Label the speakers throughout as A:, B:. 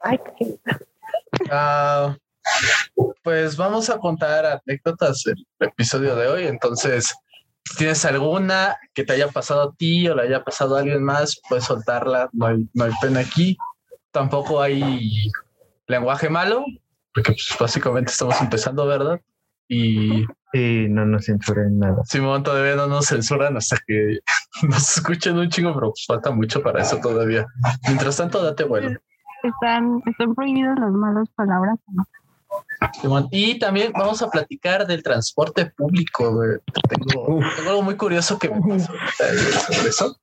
A: Ay, qué...
B: Ah, pues vamos a contar anécdotas el episodio de hoy. Entonces, si tienes alguna que te haya pasado a ti o le haya pasado a alguien más, puedes soltarla. No hay, no hay pena aquí. Tampoco hay lenguaje malo, porque pues, básicamente estamos empezando, ¿verdad? Y
C: Sí, no nos censuren nada.
B: Simón todavía no nos censuran hasta que nos escuchen un chingo, pero falta mucho para eso todavía. Mientras tanto, date vuelo.
A: Están, están prohibidas las malas palabras. ¿no?
B: Simón. Y también vamos a platicar del transporte público. güey. Tengo, tengo algo muy curioso que me pasó ahorita, güey, sobre eso.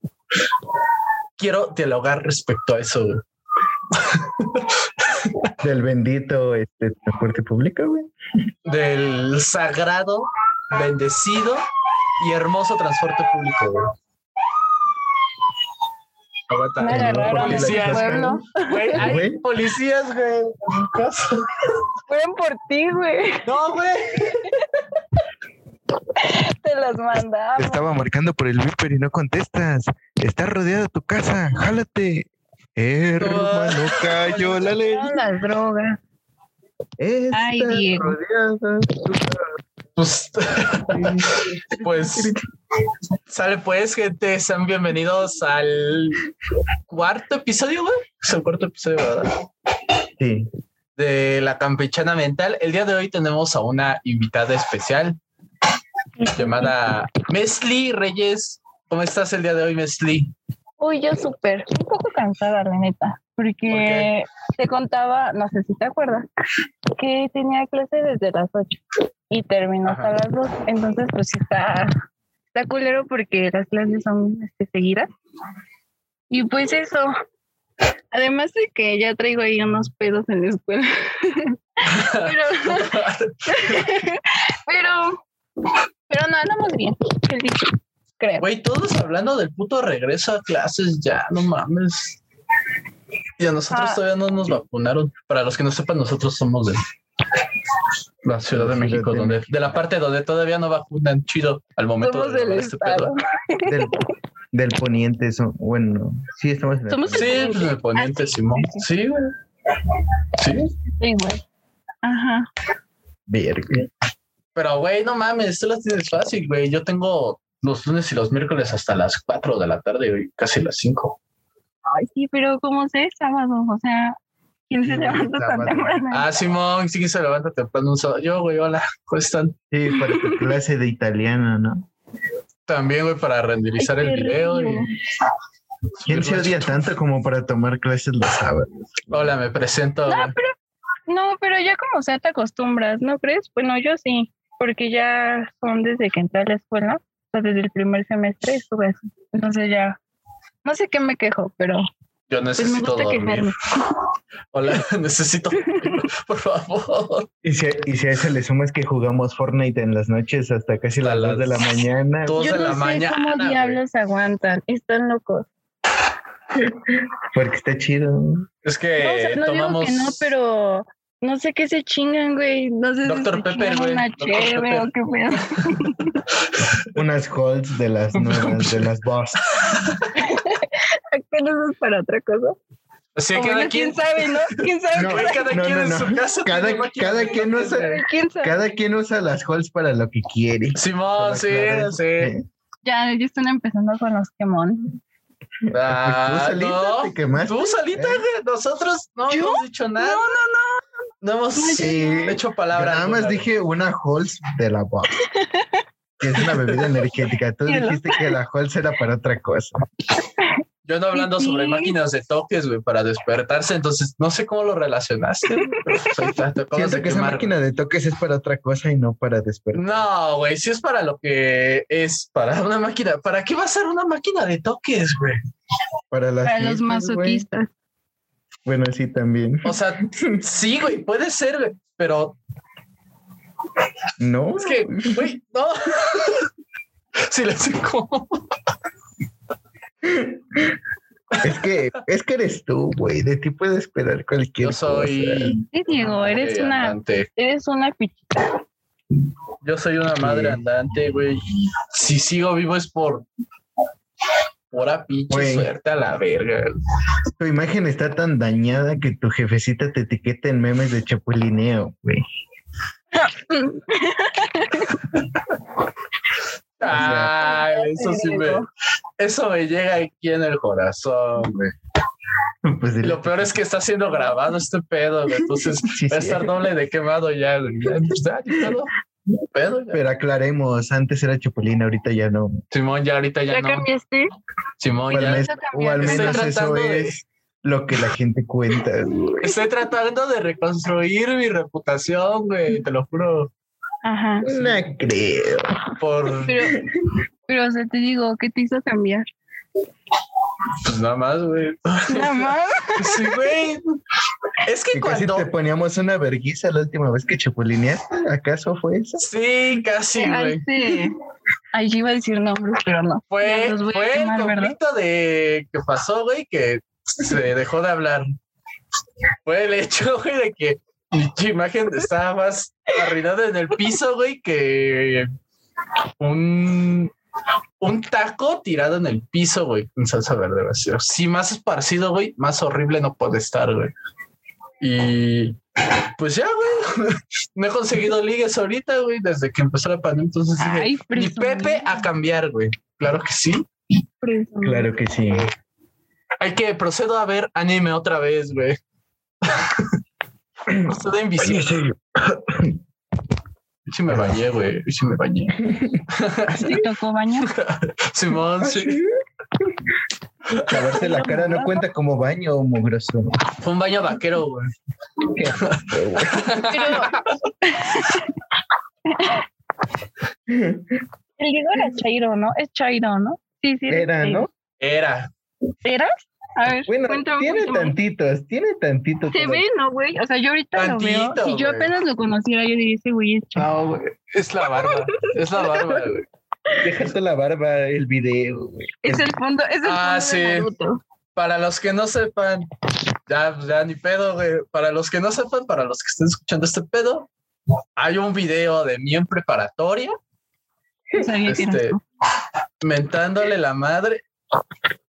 B: Quiero dialogar respecto a eso. güey.
C: Del bendito este transporte público, güey.
B: Del sagrado, bendecido y hermoso transporte público. güey. Aguanta.
A: Me agarraron en
B: Policías,
A: el
B: güey.
A: pueblo.
B: Güey, hay
C: Güey.
B: policías, güey. en mi casa.
A: Fueron por ti, güey.
B: No, güey.
A: Te las mandamos.
D: Te estaba marcando por el viper y no contestas. Está rodeada tu casa, jálate. Hermano, cayó la ley.
A: Fueron las drogas. Ay,
C: Está
A: Diego.
C: rodeada tu
B: Pues, pues, sale pues, gente. Sean bienvenidos al cuarto episodio, güey. Es el cuarto episodio, ¿verdad?
C: Sí,
B: De la campechana mental. El día de hoy tenemos a una invitada especial llamada Mesli Reyes. ¿Cómo estás el día de hoy, Mesli?
A: Uy, yo súper, un poco cansada, la neta, porque te contaba, no sé si te acuerdas, que tenía clase desde las 8 y terminó hasta
B: Ajá.
A: las 2. Entonces, pues sí está, está culero porque las clases son este, seguidas. Y pues eso. Además de que ya traigo ahí unos pedos en la escuela. pero, pero, pero no andamos bien, feliz, creo.
B: Güey, todos hablando del puto regreso a clases ya, no mames. Y a nosotros
A: Ah.
B: todavía no nos vacunaron. Para los que no sepan, nosotros somos de la Ciudad de
C: Ciudad
B: México,
C: de
B: donde, de la parte donde todavía no vacunan chido al momento
A: Somos
B: de
A: del
B: grabar este
A: estado.
B: pedo.
C: del, del poniente, son, bueno, sí, estamos en el
A: Somos-
C: poniente.
B: Sí, pues el poniente,
A: Ah, sí,
B: Simón. Sí, güey. Sí.
A: Sí, güey. Ajá.
C: Verga.
B: Pero, güey, no mames, tú las tienes fácil, güey. Yo tengo los lunes y los miércoles hasta las 4 de la tarde, güey, casi las 5.
A: Ay, sí, pero como sé, es sábado, o sea, ¿quién se
C: Sí,
A: levanta tan
C: sábado.
A: temprano?
B: Ah, Simón, sí que se levanta temprano un sábado. Yo, güey, hola, ¿cómo están?
C: Sí, para tu clase de italiano, ¿no?
B: También, güey, para renderizar
A: Ay,
B: el
A: qué
B: video.
A: rico.
B: y-
C: ¿Quién se odia tanto como para tomar clases los sábados?
B: Hola, me presento.
A: No, pero, no, pero ya como sea, te acostumbras, ¿no crees? Bueno, yo sí, porque ya son desde que entré a la escuela, o sea, desde el primer semestre estuve así. Entonces ya, no sé qué me quejo, pero
B: Yo
A: pues me
B: necesito
A: gusta
B: dormir.
A: quejarme.
B: Hola, necesito dormir, por favor.
C: Y si, y si a eso le sumas que jugamos Fortnite en las noches hasta casi
B: A
C: las 2 de la
B: las
C: mañana.
B: Dos
A: Yo
B: de la
A: no sé
B: mañana.
A: cómo
B: güey.
A: diablos aguantan, están locos.
C: Porque está chido.
B: Es
A: No, o
B: que
A: sea, no
B: Eh, tomamos.
A: digo que no, pero no sé qué se chingan, güey. No sé
B: Dr.
A: si se
B: Pepper,
A: chingan
B: güey.
A: una
B: Dr.
A: cheve o
B: Pepper.
A: qué pedo.
C: Unas holds de las nuevas,
B: pues,
C: de las boss.
A: que no es para otra cosa.
B: Así que
A: O
B: cada
A: bueno,
B: quien.
A: ¿Quién sabe, no? ¿Quién sabe?
C: No,
B: güey, cada
C: no,
B: quien
C: no,
B: en
C: no.
B: su casa.
C: Cada-
B: tiene máquina
C: cada
B: de
C: quien usa-
B: café.
A: ¿Quién sabe?
C: Cada quien usa las holds para lo que quiere.
B: Simón, Ah, sí,
C: Para
B: sí.
C: aclarar.
A: Ya, ya están empezando con los quemón.
B: Ah,
C: Pues tú solita
B: no.
C: te quemaste.
B: Tú solita,
C: ¿Eh?
B: güey. Nosotros no
A: ¿Yo?
B: hemos dicho nada.
A: No, no,
B: No hemos
C: Sí.
B: hecho
C: Yo
B: palabra.
C: nada más
B: alguna,
C: dije una Halls de la Boss. Que es una bebida energética. Tú
A: Cielo.
C: dijiste que la Halls era para otra cosa.
B: Yo ando hablando
A: Sí, sí.
B: sobre máquinas de toques, güey, para despertarse, entonces no sé cómo lo relacionaste. güey, pero, pues, ahí está, te acabas de
C: Siento que esa
B: quemar, güey.
C: máquina de toques es para otra cosa y no para despertar.
B: No, güey, si es para lo que es, para una máquina. ¿Para qué va a ser una máquina de toques, güey?
C: Para, las
A: Para los
C: fiestas, güey.
A: masoquistas.
C: Bueno, sí, también.
B: O sea, sí, güey, puede ser, güey, pero
C: No.
B: es que, güey, no. Si le hace como.
C: Es que, es que eres tú, güey. De ti puedes esperar cualquier
B: Yo soy.
A: Sí, Diego, eres
B: madre
A: una,
B: andante.
A: eres una pichita.
B: Yo soy una madre
C: Sí.
B: andante, güey. y Si sigo vivo es por. Pura pinche
C: Güey.
B: suerte a la verga.
C: Tu imagen está tan dañada que tu jefecita te etiqueta en memes de chapulineo, güey.
B: Ay, Ah, eso sí me, eso me llega aquí en el corazón, güey.
C: Pues
B: Y
C: el-
B: Lo peor es que está siendo grabado este pedo, güey. Entonces
C: Sí,
B: va a
C: sí.
B: estar doble de quemado ya, güey. Ya, pues, ya, ni pedo. Ni pedo, ya.
C: Pero aclaremos, antes era chapulín, ahorita ya no.
B: Simón, ya ahorita ya
A: ¿Ya
B: no.
A: cambiaste?
B: Simón,
C: Bueno,
B: ya.
C: es-
A: Eso
C: O al
A: cambiaste.
B: Estoy
C: menos eso
B: tratando de-
C: es lo que la gente cuenta. güey.
B: Estoy tratando de reconstruir mi reputación, güey. Te lo juro.
A: Ajá.
C: No creo.
B: Por
A: Pero, pero, o sea, te digo, ¿qué te hizo cambiar?
B: pues, nada más, güey.
A: Nada más.
B: Sí, güey. Es que
C: Que casi
B: cuando.
C: te poníamos una verguiza la última vez que chapulineaste. ¿Acaso fue eso?
B: Sí, casi, güey.
A: Ay, sí. Ay, yo iba a decir nombres, pero no.
B: Fue,
A: Ya los voy a
B: fue
A: quemar,
B: el
A: ¿verdad?
B: conflicto de que pasó, güey, que se dejó de hablar. Fue el hecho, güey, de que mi imagen estaba más arruinada en el piso, güey, que un, un taco tirado en el piso, güey, en salsa verde. güey. Si- Si más esparcido, güey, más horrible no puede estar, güey. Y pues ya, güey, no he conseguido ligues ahorita, güey, desde que empezó la pandemia. Entonces dije,
A: Ay,
B: y
A: presumido,
B: Pepe a cambiar, güey. Claro que sí.
A: presumido.
C: Claro que sí.
B: Hay que procedo a ver anime otra vez, güey. Procedo invisible. Sí me bañé, güey. Sí me bañé.
A: ¿Te tocó baño?
B: Simón, Ah, sí.
C: Lavarse la cara no cuenta como baño, mugroso.
B: Fue un baño vaquero, güey.
A: Pero el Diego era Chairo, ¿no? Es Chairo, ¿no? Sí, sí. eres
C: Era,
A: Chairo.
C: ¿no?
B: Era.
A: ¿Eras? A ver,
C: Bueno,
A: cuéntame.
C: tiene
A: cuéntame.
C: tantitos, tiene tantitos.
A: Se ve, ¿no, güey? O sea, yo ahorita lo
B: Tantito,
A: veo. Si yo
B: güey.
A: apenas lo conociera, yo diría, ese güey es Chairo.
B: No, güey. Es la barba. Es la barba, güey.
C: Déjate la barba, el video, güey.
A: Es el fondo, es el
B: Ah,
A: fondo de
B: sí.
A: Naruto.
B: Para los que no sepan, ya, ya ni pedo, güey. Para los que no sepan, para los que estén escuchando este pedo, hay un video de mí en preparatoria
A: No sabía que
B: Este,
A: eras tú.
B: mentándole la madre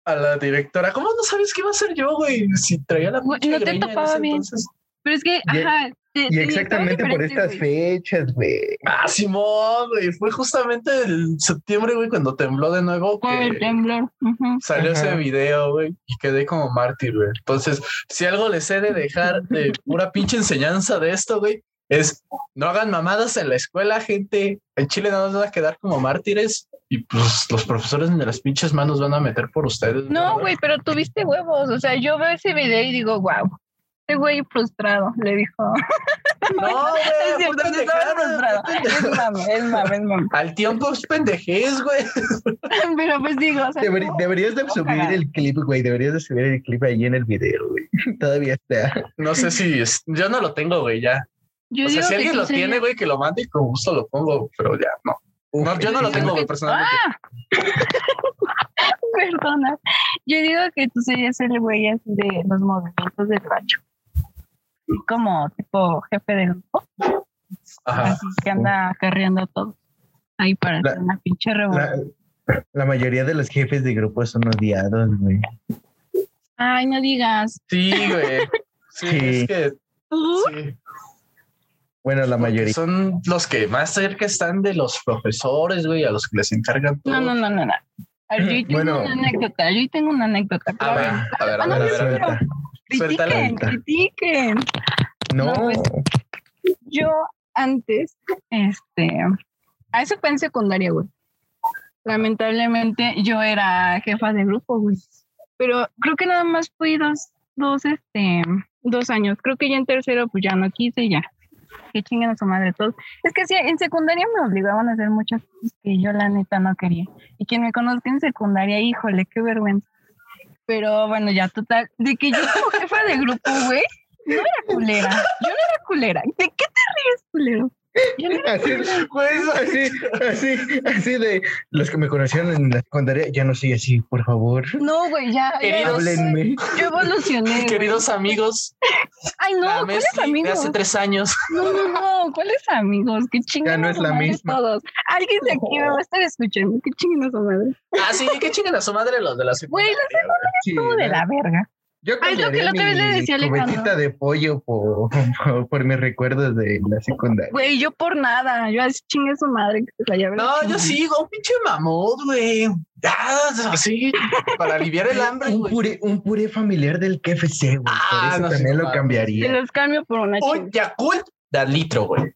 B: a la directora. ¿Cómo no sabes qué iba a hacer yo, güey? Si traía la
A: Güey,
B: pinche
A: no te
B: greña en
A: topaba
B: ese
A: bien.
B: entonces.
A: Pero es que, ajá. te-
C: Y
A: te-
C: exactamente
A: estabas
C: por
A: diferente,
C: estas
A: güey.
C: fechas, güey.
B: Ah, Simón, güey. Fue justamente en septiembre, güey, cuando tembló de nuevo.
A: Con el
C: eh,
B: Que
A: temblor. ujú.
B: salió
C: Ajá.
B: ese video, güey, y quedé como mártir, güey. Entonces, si algo les he de dejar de pura pinche enseñanza de esto, güey, es no hagan mamadas en la escuela, gente. En Chile no nos van a quedar como mártires y pues los profesores de las pinches manos van a meter por ustedes.
A: No, güey, pero tuviste huevos. O sea, yo veo ese video y digo, wow. Este güey frustrado, le dijo.
B: No, güey,
A: Es
B: fue
A: cierto, sí Ah, estaba
B: pendejada,
A: frustrado. Es mame, es mame, es mame.
B: Al tiempo es pendejez, güey.
A: Pero pues digo, o sea,
C: Deberi-
A: no,
C: deberías de
A: no,
C: subir
A: cagada.
C: el clip, güey. Deberías de subir el clip ahí en el video, güey. Todavía está.
B: No sé si es- yo no lo tengo, güey, ya.
A: yo
B: O sea,
A: digo
B: si
A: que
B: alguien
A: tú
B: lo
A: serías-
B: tiene, güey, que lo mande y con gusto lo pongo, pero ya no. No, yo no lo tengo,
A: yo digo
B: güey,
A: que-
B: personalmente.
A: ¡Ah! Perdona. Yo digo que tú serías el güey así de los movimientos del rancho. Como tipo jefe de grupo,
B: Ajá.
A: así que anda carreando todo. Ahí para
C: La-
A: hacer una pinche
C: La,
A: revolución.
C: la mayoría de los jefes de grupo son odiados, güey.
A: Ay, no digas.
B: Sí, güey. Sí,
C: Sí.
B: es que
A: Uh,
B: sí.
C: Bueno, la
B: Porque
C: mayoría.
B: son los que más cerca están de los profesores, güey, a los que les encargan todo.
A: No, no, no, no, no. A ver, Yo ahí tengo
C: Bueno.
A: una anécdota, yo ahí tengo una anécdota.
B: A
A: pero
B: ver,
A: a ver,
B: a ver, a
A: Ah, no,
B: ver, a
A: sí,
B: ver, a ver.
A: pero-
B: Suéltala
A: critiquen,
C: ahorita.
A: critiquen.
C: No,
A: No, pues- yo antes, este, a eso fue en secundaria, güey. Lamentablemente yo era jefa de grupo, güey. Pero creo que nada más fui dos, dos, este, dos años. Creo que ya en tercero, pues ya no quise, ya. Que chinguen a su madre todos. Es que sí, en secundaria me obligaban a hacer muchas cosas que yo la neta no quería. Y quien me conozca en secundaria, híjole, qué vergüenza. Pero bueno, ya total, de que yo como jefa de grupo, güey, no era culera. Yo no era culera. ¿De qué te ríes, culero? Yo no era
C: Así,
B: Güey, eso-
C: así, así, así de los que me conocieron en la secundaria, ya no soy así, por favor.
A: No, güey, ya. ya,
B: Queridos-
C: Háblenme.
A: Yo evolucioné. güey.
B: Queridos amigos,
A: Ay, no,
B: la
A: ¿cuáles
B: Messi de
A: amigos?
B: hace tres años.
A: No, no, no, ¿cuáles amigos? Qué chingados.
C: no es la misma.
A: Todos. Alguien de aquí me va a estar escuchando. Qué chingados, madre.
B: Ah, sí, que chinguen a su madre los de la secundaria.
C: Sí,
A: Todo de la verga.
C: Yo
A: Ay, lo que
C: cambiaría
A: la otra vez le
C: mi
A: decía a Alejandro.
C: cubetita de pollo por, por, por mis recuerdos de la secundaria.
A: Güey, yo por nada. Yo así chingue a su madre que se la llave.
B: No, yo sigo, un pinche mamón, güey. Ah, así, para aliviar el hambre,
C: un
B: güey.
C: puré, un puré familiar del KFC, güey.
B: Ah,
C: por eso
B: no, sí, no
C: también lo
B: mames.
A: Te
C: cambiaría.
A: los cambio por una
B: Un
A: chinga.
B: Yakult de al litro, güey.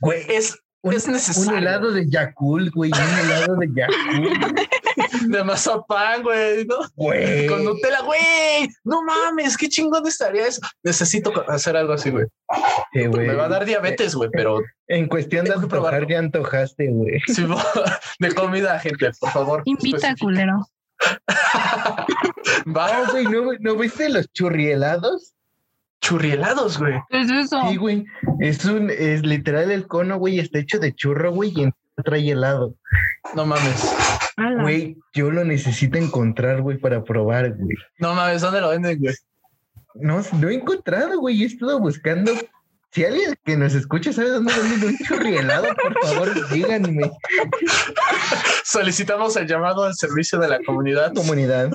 C: Güey,
B: Es,
C: un,
B: es
C: un
B: necesario.
C: helado de Yakult, güey. Un helado de Yakult,
B: de mazapán, güey, ¿no?
C: güey.
B: Con Nutella, güey. No mames, qué chingón estaría eso. Necesito co- hacer algo así, güey.
C: Sí, Este, güey.
B: Me va a dar diabetes, güey, pero
C: En cuestión de
B: Tengo que
C: antojar,
B: probarlo.
C: ya antojaste, güey.
B: sí, de comida, gente, por favor.
C: Pues
A: Invita,
B: especifica.
A: culero.
B: Va,
C: Ah, güey, ¿no, ¿no viste los churrielados?
B: churrielados, güey.
A: ¿Qué es Pues eso?
C: Sí, güey. Es un, es literal el cono, güey, está hecho de churro, güey, y en- trae helado.
B: No mames.
A: Ala.
C: Güey, yo lo necesito encontrar, güey, para probar, güey.
B: No mames, ¿dónde lo venden, güey?
C: No, no he encontrado, güey. He estado buscando. Si alguien que nos escucha sabe dónde venden un churrielado, por favor, díganme,
B: Solicitamos el llamado al servicio de la comunidad.
C: comunidad.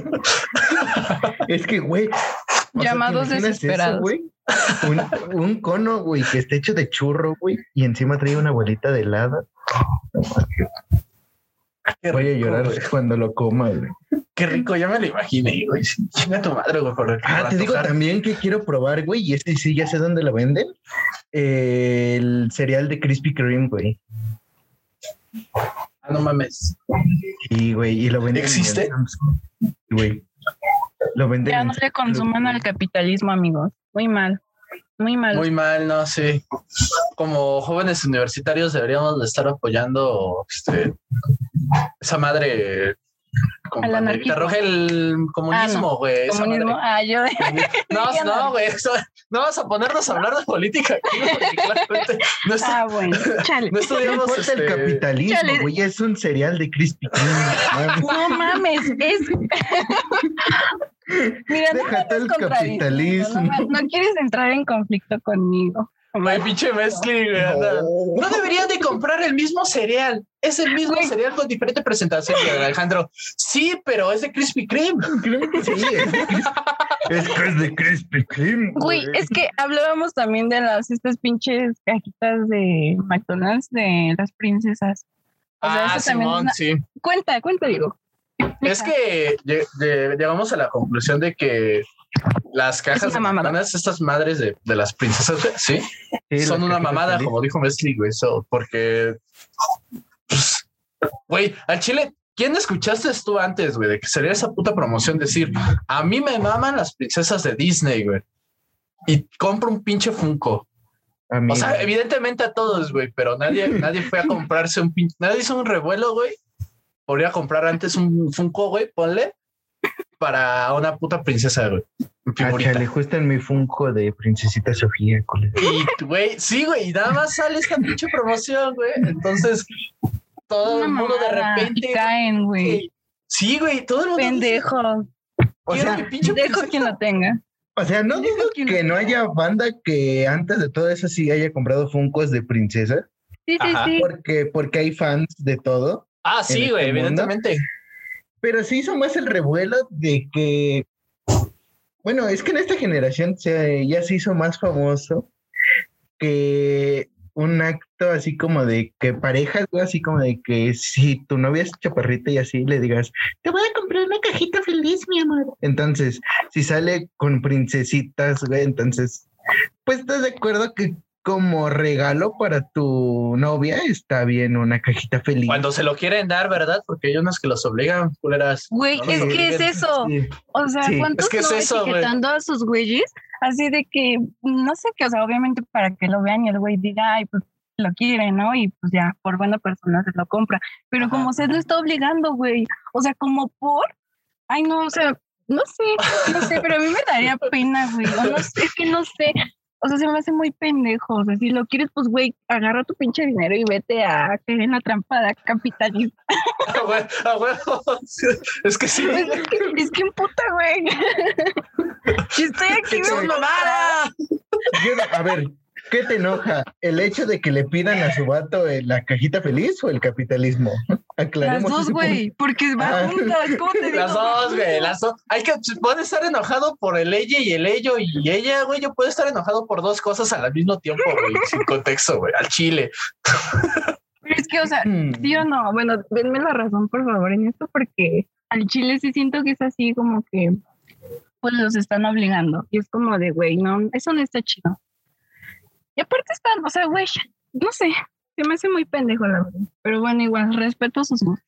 C: Es que, güey. o sea,
A: Llamados
C: ¿te imaginas eso,
A: desesperados.
C: güey? un, un cono, güey, que está hecho de churro, güey, y encima trae una bolita de helado.
B: Qué
C: Voy a
B: rico,
C: llorar
B: güey.
C: cuando lo coma, güey.
B: Qué rico, ya me lo imaginé, güey. Sí, Chinga tu madre, güey, por
C: Ah,
B: por
C: te digo
B: antojar.
C: también que quiero probar, güey, y este sí, ya sé dónde lo venden. El cereal de Krispy Kreme, güey.
B: Ah, no mames.
C: Sí, güey, y lo venden. en
B: ¿Existe?
C: Samsung, Güey. Lo venden.
A: Ya
C: en
A: no le consuman al capitalismo, amigos. Muy mal. Muy mal.
B: Muy mal, no, sí. Como jóvenes universitarios deberíamos de estar apoyando este, esa madre con
A: Al
B: banderita
A: anarquismo.
B: roja, el comunismo, güey. esa
A: Comunismo.
B: madre.
A: Ah, yo.
B: No,
A: Ya
B: no,
A: no.
B: güey. eso- No vas a ponernos a hablar de política. aquí, porque claramente no, estu-
A: Ah, bueno. Chale.
B: no
C: No
B: estudiamos
C: importa el
B: este,
C: capitalismo,
A: Chale.
C: güey, es un cereal de Krispy Kreme. mames.
A: No mames, es. Mira, no
C: Deja
A: me
C: todo el
A: andes contradiciendo,
C: capitalismo.
A: No, me- no quieres entrar en conflicto conmigo.
B: Ay, pinche mezcli, güey. anda. No deberían de comprar el mismo cereal. Es el mismo
A: Güey.
B: cereal con diferente presentación, Y Alejandro. Sí, pero es de Krispy Kreme.
C: Creo que sí, es, de Kris- es que es de Krispy Kreme.
A: Güey, es que hablábamos también de las estas pinches cajitas de McDonald's de las princesas. O sea,
B: Ah,
A: eso también
B: Simón,
A: es
B: sí.
A: Cuenta, cuenta, digo.
B: Es que lle- lle- llegamos a la conclusión de que las cajas
A: una
B: de
A: mamada.
B: McDonald's, estas madres de, de las princesas, güey, sí,
C: Sí, las
B: son una
C: cajitas
B: mamada,
C: felices.
B: como dijo Mesli, güey, so, porque, pues, güey, al chile, ¿quién escuchaste tú antes, güey, de que sería esa puta promoción decir, a mí me maman las princesas de Disney, güey? Y compro un pinche Funko.
C: A mí,
B: O sea, evidentemente a todos, güey, pero nadie, nadie fue a comprarse un pinche. Nadie hizo un revuelo, güey. Podría comprar antes un Funko, güey, ponle, para una puta princesa, güey.
C: ah,
B: Figurita.
C: chale, justo en mi Funko de Princesita Sofía. colega.
B: Y, güey, sí, güey, y nada más sale esta pinche promoción, güey. Entonces, todo
A: Una
B: el mundo de
A: mamada,
B: repente.
A: y caen, güey.
B: güey, Sí, güey, todo el mundo. dice,
A: Pendejo.
C: O
B: "Quiero
C: sea,
B: mi pinche
A: Pendejo
B: princesa".
A: quien lo tenga.
C: O sea, no
A: Dijo
C: digo
A: que
C: que,
A: no.
C: no haya banda que antes de todo eso sí haya comprado Funkos de princesa,
A: Sí, sí,
B: Ajá.
A: sí.
C: porque, porque hay fans de todo.
B: Ah, sí,
C: en
B: güey,
C: este mundo.
B: evidentemente.
C: Pero sí hizo más el revuelo de que, bueno, es que en esta generación se, ya se hizo más famoso que un acto así como de que parejas, güey, así como de que si tu novia es chaparrita y así le digas, te voy a comprar una cajita feliz, mi amor. Entonces, si sale con princesitas, güey, entonces, pues estás de acuerdo que como regalo para tu novia está bien una cajita feliz.
B: Cuando se lo quieren dar, ¿verdad? Porque hay unas que los obligan, culeras.
A: Güey,
B: No, no,
A: es
B: no,
A: que es
B: no,
A: eso.
C: Sí.
A: O sea,
C: Sí.
A: ¿cuántos
B: Es que es
A: no
B: eso, güey.
A: etiquetando a sus güeyes? Así de que, no sé qué, o sea, obviamente para que lo vean y el güey diga, ay, pues lo quiere, ¿no? Y pues ya, por buena persona se lo compra. Pero
B: Ajá.
A: como se lo está obligando, güey. O sea, como por, ay, no, o sea, no sé, no sé, pero a mí me daría pena, güey. o no sé, es que no sé. o sea, se me hace muy pendejo. O sea, si lo quieres, pues, güey, agarra tu pinche dinero y vete a caer en la trampada capitalista.
B: Ah, güey, ah, güey. Es que sí.
A: Es que, es que puta, güey. Si estoy aquí,
B: ¡Es
A: güey.
B: mamada!
C: Yo no- a ver, ¿qué te enoja? ¿El hecho de que le pidan a su vato en la cajita feliz o el capitalismo?
E: Las
C: Aclaremos.
E: dos,
C: ese punto.
E: güey, porque van
C: Ah.
E: juntas, ¿cómo te digo?
B: Las dos, güey, las dos. Hay que, puede estar enojado por el ella y el ello y ella, güey. Yo puedo estar enojado por dos cosas al mismo tiempo, güey, sin contexto, güey, al chile.
A: Pero es que, o sea,
C: Hmm.
A: sí o no. Bueno, denme la razón, por favor, en esto, porque al chile sí siento que es así como que, pues, los están obligando. Y es como de, güey, no, eso no está chido. Y aparte están, o sea, güey, no sé. Se me hace muy pendejo, la verdad. Pero bueno, igual, respeto sus gustos.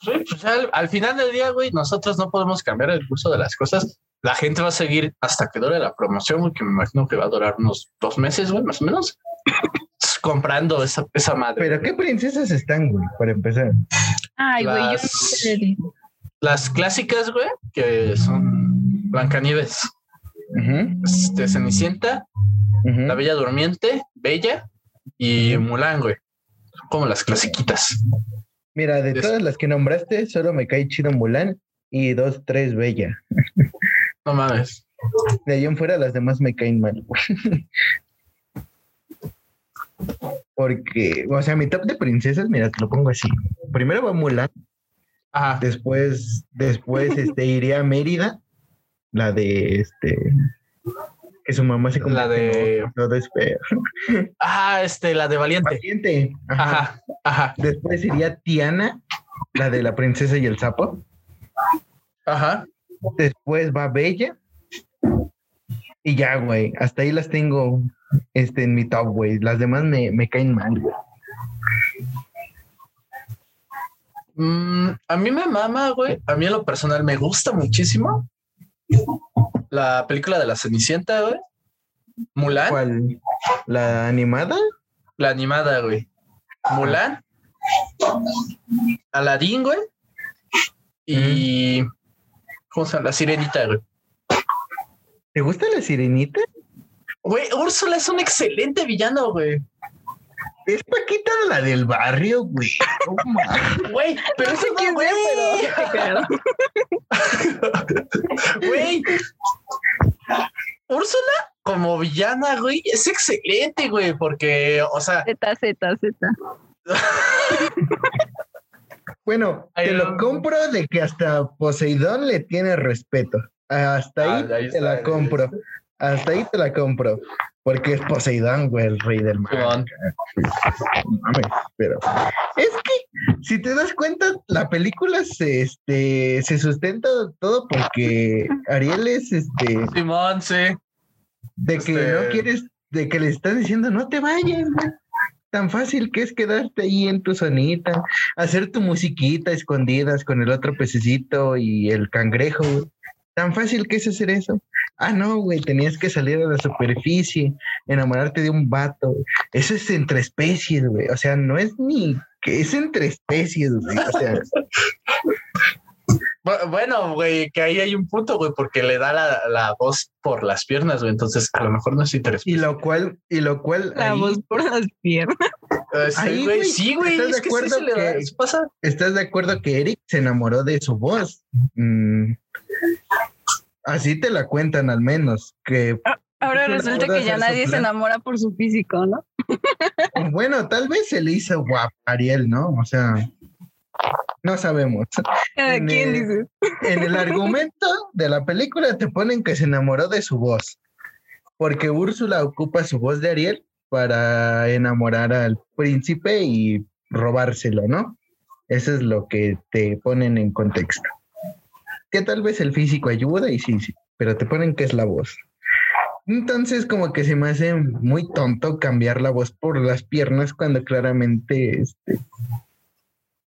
B: Sí, pues, al, al final del día, güey, nosotros no podemos cambiar el curso de las cosas. La gente va a seguir hasta que dure la promoción, güey, que me imagino que va a durar unos dos meses, güey, más o menos, comprando esa, esa madre.
C: Pero ¿qué princesas están, güey? Para empezar.
A: Ay, güey, yo no
B: Las-
A: sé de-
B: Las clásicas, güey, que son Blancanieves,
C: Ujú,
B: este, Cenicienta,
C: ujú.
B: La Bella Durmiente, Bella y Mulan, güey. Son como las clasiquitas.
C: Mira, de
B: Des-
C: todas las que nombraste, solo me cae chido Mulan y dos, tres Bella.
B: No mames.
C: De ahí en fuera las demás me caen mal. güey. Porque, o sea, mi top de princesas, mira, te lo pongo así. Primero va Mulan,
B: Ajá.
C: después, después este, iré a Mérida, la de este, que su mamá se
B: La
C: convierte en
B: de-
C: todo es feo.
B: Ah, este, la de Valiente.
C: Valiente. Ajá.
B: Ajá, ajá,
C: Después iría Tiana, la de la princesa y el sapo.
B: ajá.
C: Después va Bella. Y ya, güey. Hasta ahí las tengo este, en mi top, güey. Las demás me, me caen mal, güey.
B: Mm, a mí me mama, güey. A mí en lo personal me gusta muchísimo. La película de la Cenicienta, güey. Mulan,
C: ¿Cuál? ¿La animada?
B: la animada, güey. Mulan. Aladín, güey. Y... ¿Cómo se llama? La Sirenita, güey.
C: ¿Te gusta la sirenita?
B: Güey, Úrsula es un excelente villano, güey.
C: Es Paquita la del barrio, güey. No mames.
B: Güey, pero eso no, güey, pero... Güey. Úrsula como villana, güey, es excelente, güey, porque, o sea,
A: Z, Z, Z.
C: Bueno,
B: Ay,
C: te lo
B: no.
C: compro de que hasta Poseidón le tiene respeto. Hasta ahí,
B: Ah, ahí
C: te
B: está,
C: la
B: ahí
C: compro. Hasta ahí te la compro. Porque es Poseidón, güey, el rey del mar.
B: Simón.
C: No mames, pero es que si te das cuenta, la película se, este, se sustenta todo porque Ariel es este
B: Simón, sí.
C: de que no
B: Este-
C: quieres, de que le estás diciendo no te vayas, güey". Tan fácil que es quedarte ahí en tu zonita, hacer tu musiquita a escondidas con el otro pececito y el cangrejo, güey. Tan fácil que es hacer eso. Ah, no, güey, tenías que salir a la superficie, enamorarte de un vato. güey. Eso es entre especies, güey. O sea, no es ni que es entre especies, güey. O sea,
B: Bu- Bueno, güey, que ahí hay un punto, güey, porque le da la, la voz por las piernas, güey, entonces a lo mejor no es interesante.
C: y lo cual, y lo cual.
A: La
C: ahí-
A: voz por las piernas.
B: Eh, sí,
C: Ahí,
B: güey,
C: este, güey,
B: sí, güey,
C: ¿estás
B: es
C: de
B: que sí
C: acuerdo
B: se le da,
C: que-
B: se pasa.
C: ¿Estás de acuerdo que Eric se enamoró de su voz? Mm. Así te la cuentan al menos, que
A: Ahora
C: Claro,
A: resulta
C: ahora
A: que ya
C: es
A: nadie se
C: plan.
A: enamora por su físico, ¿no?
C: bueno, tal vez se le hizo guapo a Ariel, ¿no? O sea, no sabemos.
A: Cada
C: En
A: quien
C: el-
A: dice.
C: En el argumento de la película te ponen que se enamoró de su voz, porque Úrsula ocupa su voz de Ariel para enamorar al príncipe y robárselo, ¿no? Eso es lo que te ponen en contexto. Que tal vez el físico ayuda y sí, sí, pero te ponen que es la voz. Entonces como que se me hace muy tonto cambiar la voz por las piernas cuando claramente este,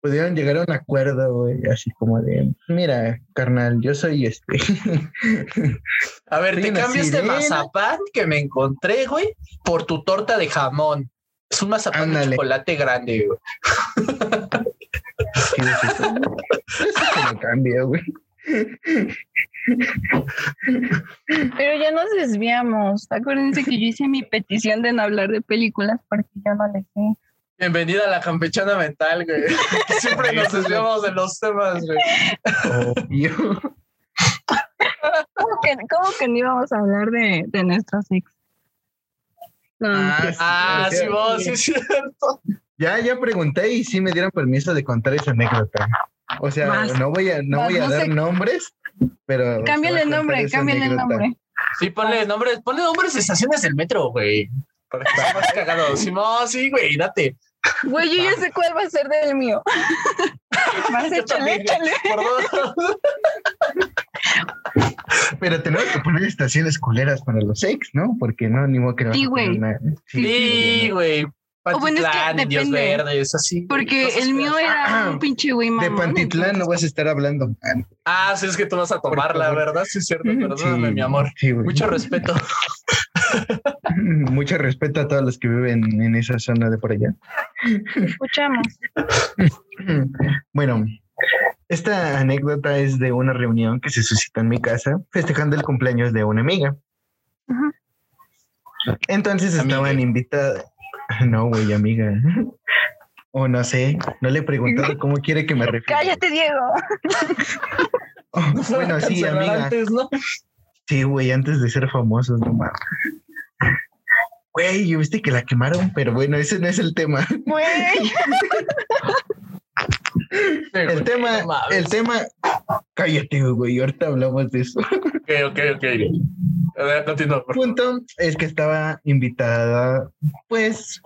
C: pudieron llegar a un acuerdo, güey, así como de, mira, carnal, yo soy este.
B: A ver,
C: Soy
B: te
C: una
B: cambio este
C: sirena.
B: mazapán que me encontré, güey, por tu torta de jamón. Es un mazapán de
C: Ándale.
B: chocolate grande, güey.
C: Sí, sí, sí. Eso se lo cambia, güey.
A: Pero ya nos desviamos. Acuérdense que yo hice mi petición de no hablar de películas porque yo no le sé.
B: Bienvenida a la campechana mental, güey. Siempre nos desviamos de los temas, güey.
C: Obvio.
A: ¿Cómo que, cómo que no íbamos a hablar de, de nuestros ex? No,
C: Ah,
B: Ah, sí, vos, sí, es cierto.
C: Ya, ya pregunté y sí me dieron permiso de contar esa anécdota. O sea,
A: Vas.
C: no voy a, no
A: Vas,
C: voy a
A: no
C: dar
A: sé.
C: nombres, pero.
A: cámbiale el
C: voy a contar
A: nombre,
C: esa
A: cámbiale el
C: anécdota.
A: nombre.
B: Sí, ponle nombres, ponle nombres de estaciones del metro, güey. Para que estés más cagado. Sí, no, sí, güey, date.
A: Güey, yo ya sé cuál va a ser del mío. Vas,
B: Yo
A: échale,
B: también,
A: échale.
B: Por dos.
C: Pero tenemos que poner estaciones culeras para los ex, ¿no? Porque no, ni modo que le vas
A: Sí,
C: a poner
A: güey.
C: una-
B: Sí, güey.
A: O bueno, es que
B: Pantitlán, Indios
A: depende.
B: Verdes, así. güey,
A: Porque
B: cosas
A: el
B: feas.
A: mío era un pinche güey
C: ah, De
A: mamón.
C: Pantitlán no vas a estar hablando.
B: Ah, sí, es que tú vas a tomarla,
C: favor.
B: ¿verdad? Sí, es cierto,
A: Mm,
B: perdóname,
C: Sí,
B: mi amor.
C: Sí, güey.
B: Mucho respeto.
C: Mucho respeto a todos los que viven en esa zona de por allá.
A: Escuchamos.
C: Bueno, esta anécdota es de una reunión que se suscitó en mi casa festejando el cumpleaños de una amiga.
A: Ajá.
C: Entonces estaban
B: Amigue.
C: invitadas. No, güey, amiga. O no sé, no le he preguntado cómo quiere que me refiera.
A: Cállate, Diego.
C: Oh, bueno, sí,
B: Cancelar
C: amiga.
B: antes, ¿no?
C: Sí, güey, antes de ser famosos, no mames. Güey, viste que la quemaron, pero bueno, ese no es el tema.
A: Güey.
C: El tema, el tema. Cállate, güey, ahorita hablamos de eso.
B: Ok, ok, ok. A ver, continúa. por favor.
C: punto es que estaba invitada, pues,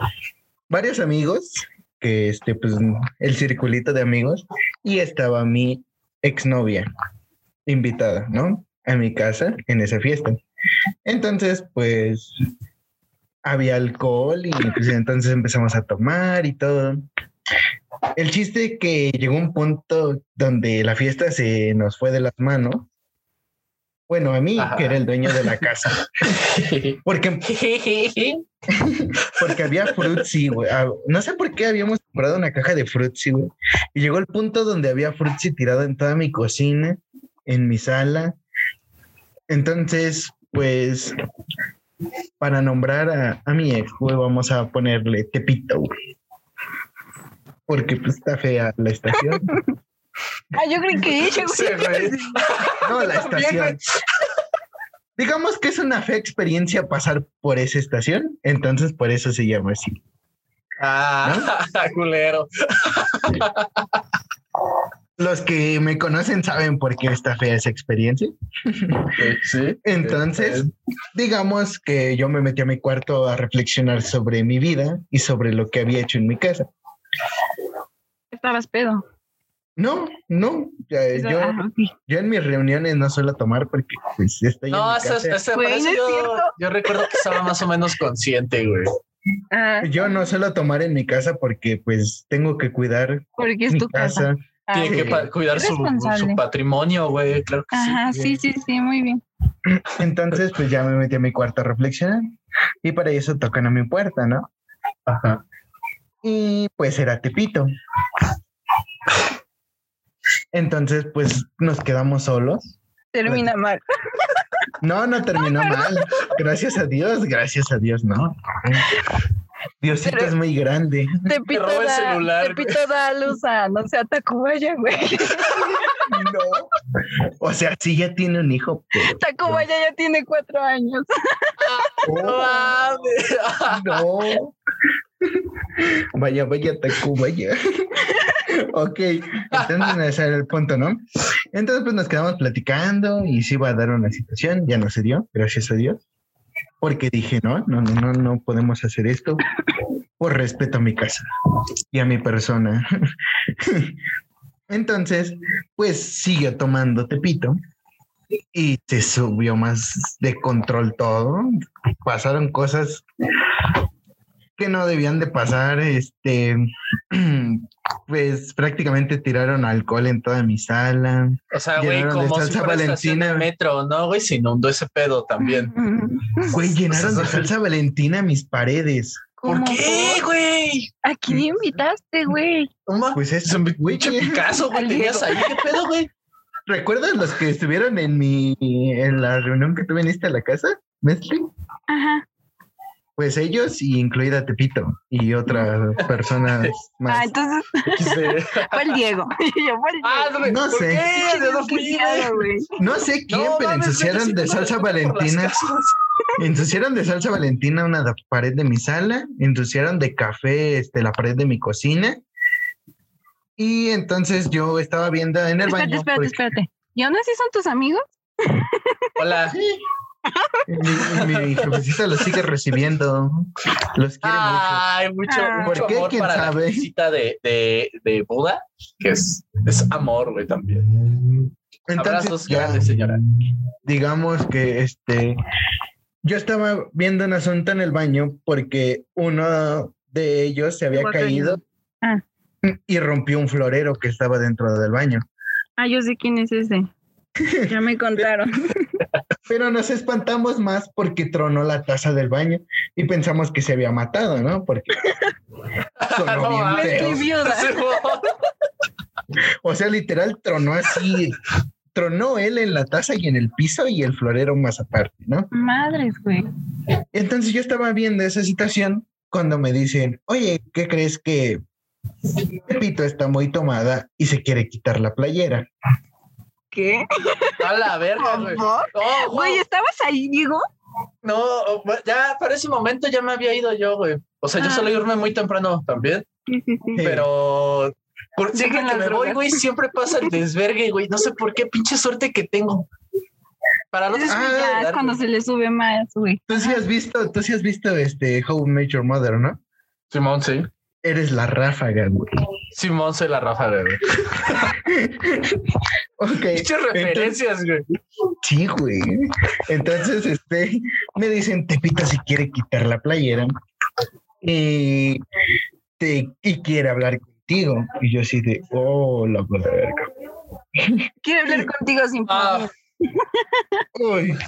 C: varios amigos, que este, pues, el circulito de amigos, y estaba mi exnovia invitada, ¿no? A mi casa en esa fiesta. Entonces, pues, había alcohol y pues, entonces empezamos a tomar y todo. El chiste que llegó un punto donde la fiesta se nos fue de las manos. Bueno, a mí,
B: Ajá.
C: que era el dueño de la casa. Porque, porque había Fruitsy, güey. Ah, No sé por qué habíamos comprado una caja de Fruitsy, güey. Y llegó el punto donde había Fruitsy tirado en toda mi cocina, en mi sala. Entonces, pues, para nombrar a, a mi ex, güey, vamos a ponerle Tepito, güey. Porque pues, está fea la estación.
A: Ah, yo creí que ella,
B: Sí,
A: güey.
B: güey.
C: No, la
B: También,
C: estación. Digamos que es una fea experiencia pasar por esa estación, entonces por eso se llama así.
B: Ah, culero.
C: Los que me conocen saben por qué está fea esa experiencia.
B: Sí. Este,
C: Entonces, digamos que yo me metí a mi cuarto a reflexionar sobre mi vida y sobre lo que había hecho en mi casa.
A: Estabas pedo.
C: No, no, ya,
B: Eh,
A: Eso-
C: yo,
A: ah, ok.
C: yo en mis reuniones no suelo tomar porque pues, estoy en
B: No,
C: mi
B: eso,
C: casa.
B: eso-
A: Güey,
B: para eso
A: no es
B: yo,
A: cierto.
B: yo recuerdo que estaba más o menos consciente, güey.
A: Ah,
C: Yo no suelo tomar en mi casa porque pues tengo que cuidar
A: porque es
C: mi
A: tu casa.
C: casa.
A: Ah,
B: Tiene que
A: ok.
B: pa- cuidar su,
A: Responsable.
B: su patrimonio, güey. Claro que
A: Ajá,
B: sí.
A: sí, sí, sí, muy bien.
C: Entonces pues ya me metí a mi cuarto a reflexionar y para eso tocan a mi puerta, ¿no?
B: Ajá.
C: y pues era Tepito. Entonces, pues nos quedamos solos.
A: Termina mal.
C: No, no terminó mal. Gracias a Dios, gracias a Dios, no. Diosito
A: Pero-
C: es muy grande.
A: Tepito
B: robó el
A: da,
B: celular,
A: Tepito da a luz a no sé a Tacubaya, güey.
C: No. O sea, sí ya tiene un hijo. pero-
A: Tacubaya ya tiene cuatro años.
B: No mames.
C: No. Vaya, vaya, Tacubaya. ok, entonces ese era el punto, ¿no? Entonces, pues nos quedamos platicando y se iba a dar una situación, ya no se dio, gracias a Dios. Porque dije, no, no, no, no, no podemos hacer esto por respeto a mi casa y a mi persona. Entonces, pues siguió tomando Tepito y se subió más de control todo. Pasaron cosas que no debían de pasar, este, pues prácticamente tiraron alcohol en toda mi sala.
B: O sea, güey,
C: Llenaron de
B: como si
C: salsa
B: fuera estación
C: Valentina.
B: de metro, ¿no, güey? Se inundó ese pedo también.
C: Güey, llenaron de salsa Valentina mis paredes.
A: ¿Cómo
B: ¿Por qué,
A: por?
B: güey?
A: ¿A quién invitaste, güey?
B: No mames.
C: Pues
B: Es
C: eso,
B: un
C: güey,
B: pinche Picasso, güey,
A: Al
B: tenías ahí. ¿Qué pedo, güey?
C: ¿Recuerdas los que estuvieron en mi en la reunión que tú viniste a la casa, Mesli?
A: Ajá.
C: Pues ellos y incluida Tepito y otras personas
A: Ah,
C: más.
A: entonces fue el Diego. Yo fue el Diego.
B: Ah, no,
C: Este, No
B: sé.
C: sé.
A: Qué
B: ¿De dónde fui?
A: desquiciado, güey.
C: No sé quién,
B: No,
C: pero
B: mames, güey,
C: ensuciaron
B: sí,
C: de
B: no,
C: salsa
B: por las
C: valentina,
B: casas.
C: ensuciaron de salsa valentina una da- pared de mi sala, ensuciaron de café este, la pared de mi cocina. Y entonces yo estaba viendo en el baño.
A: Espérate,
C: pues,
A: espérate,
C: porque-
B: pues.
A: espérate. ¿Y aún así son tus amigos?
B: Hola.
C: Mi, mi jefecita los sigue recibiendo. Los quiere
B: Ay, mucho,
A: Ah.
B: mucho
C: ¿Por qué?
B: amor
C: ¿Quién
B: para la
C: sabe?
B: visita de, de, de Buda, que es, es amor, güey, también.
C: mucho. Entonces,
B: Abrazos
C: ya,
B: grandes, señora.
C: digamos que este. Yo estaba viendo un asunto en el baño porque uno de ellos se había
A: Igual que
C: caído
A: Ah.
C: y rompió un florero que estaba dentro del baño.
A: Ah, yo sé quién es ese. Ya me contaron.
C: Pero nos espantamos más porque tronó la taza del baño y pensamos que se había matado, ¿no? Porque sonó
B: No,
C: bien
B: mames.
C: feo.
A: Estoy viuda.
C: O sea, literal tronó así. Tronó él en la taza y en el piso y el florero más aparte, ¿no?
A: Madres, güey.
C: Entonces yo estaba viendo esa situación cuando me dicen, oye, ¿qué crees que Pepito está muy tomada y se quiere quitar la playera?
A: ¿Qué?
B: A la verga, güey.
A: ¿Por?
B: No,
A: Güey, ¿estabas ahí, Diego?
B: No, ya para ese momento ya me había ido yo, güey. O sea, yo
A: Ah.
B: suelo irme muy temprano también,
A: Sí, sí, sí.
C: Sí.
B: pero por, siempre
A: Dejen
B: que
A: las
B: me voy,
A: drogas.
B: güey, siempre pasa el desvergue, güey. No sé por qué, pinche suerte que tengo. Para
C: Ah,
B: los
A: Es que ya es cuando se le sube más, güey.
C: Tú sí has visto, tú sí has visto este How I Met Your Mother, ¿no?
B: Simón, sí.
C: Eres la ráfaga, güey.
B: Simón, soy la Rafa, güey.
C: Ok.
B: Pinches referencias, güey.
C: Sí, güey. Entonces, este, me dicen, Tepito si quiere quitar la playera y, te, y quiere hablar contigo. Y yo así de, oh, la verga.
A: Quiero hablar contigo sin
B: Ah.
A: problema.
C: Uy.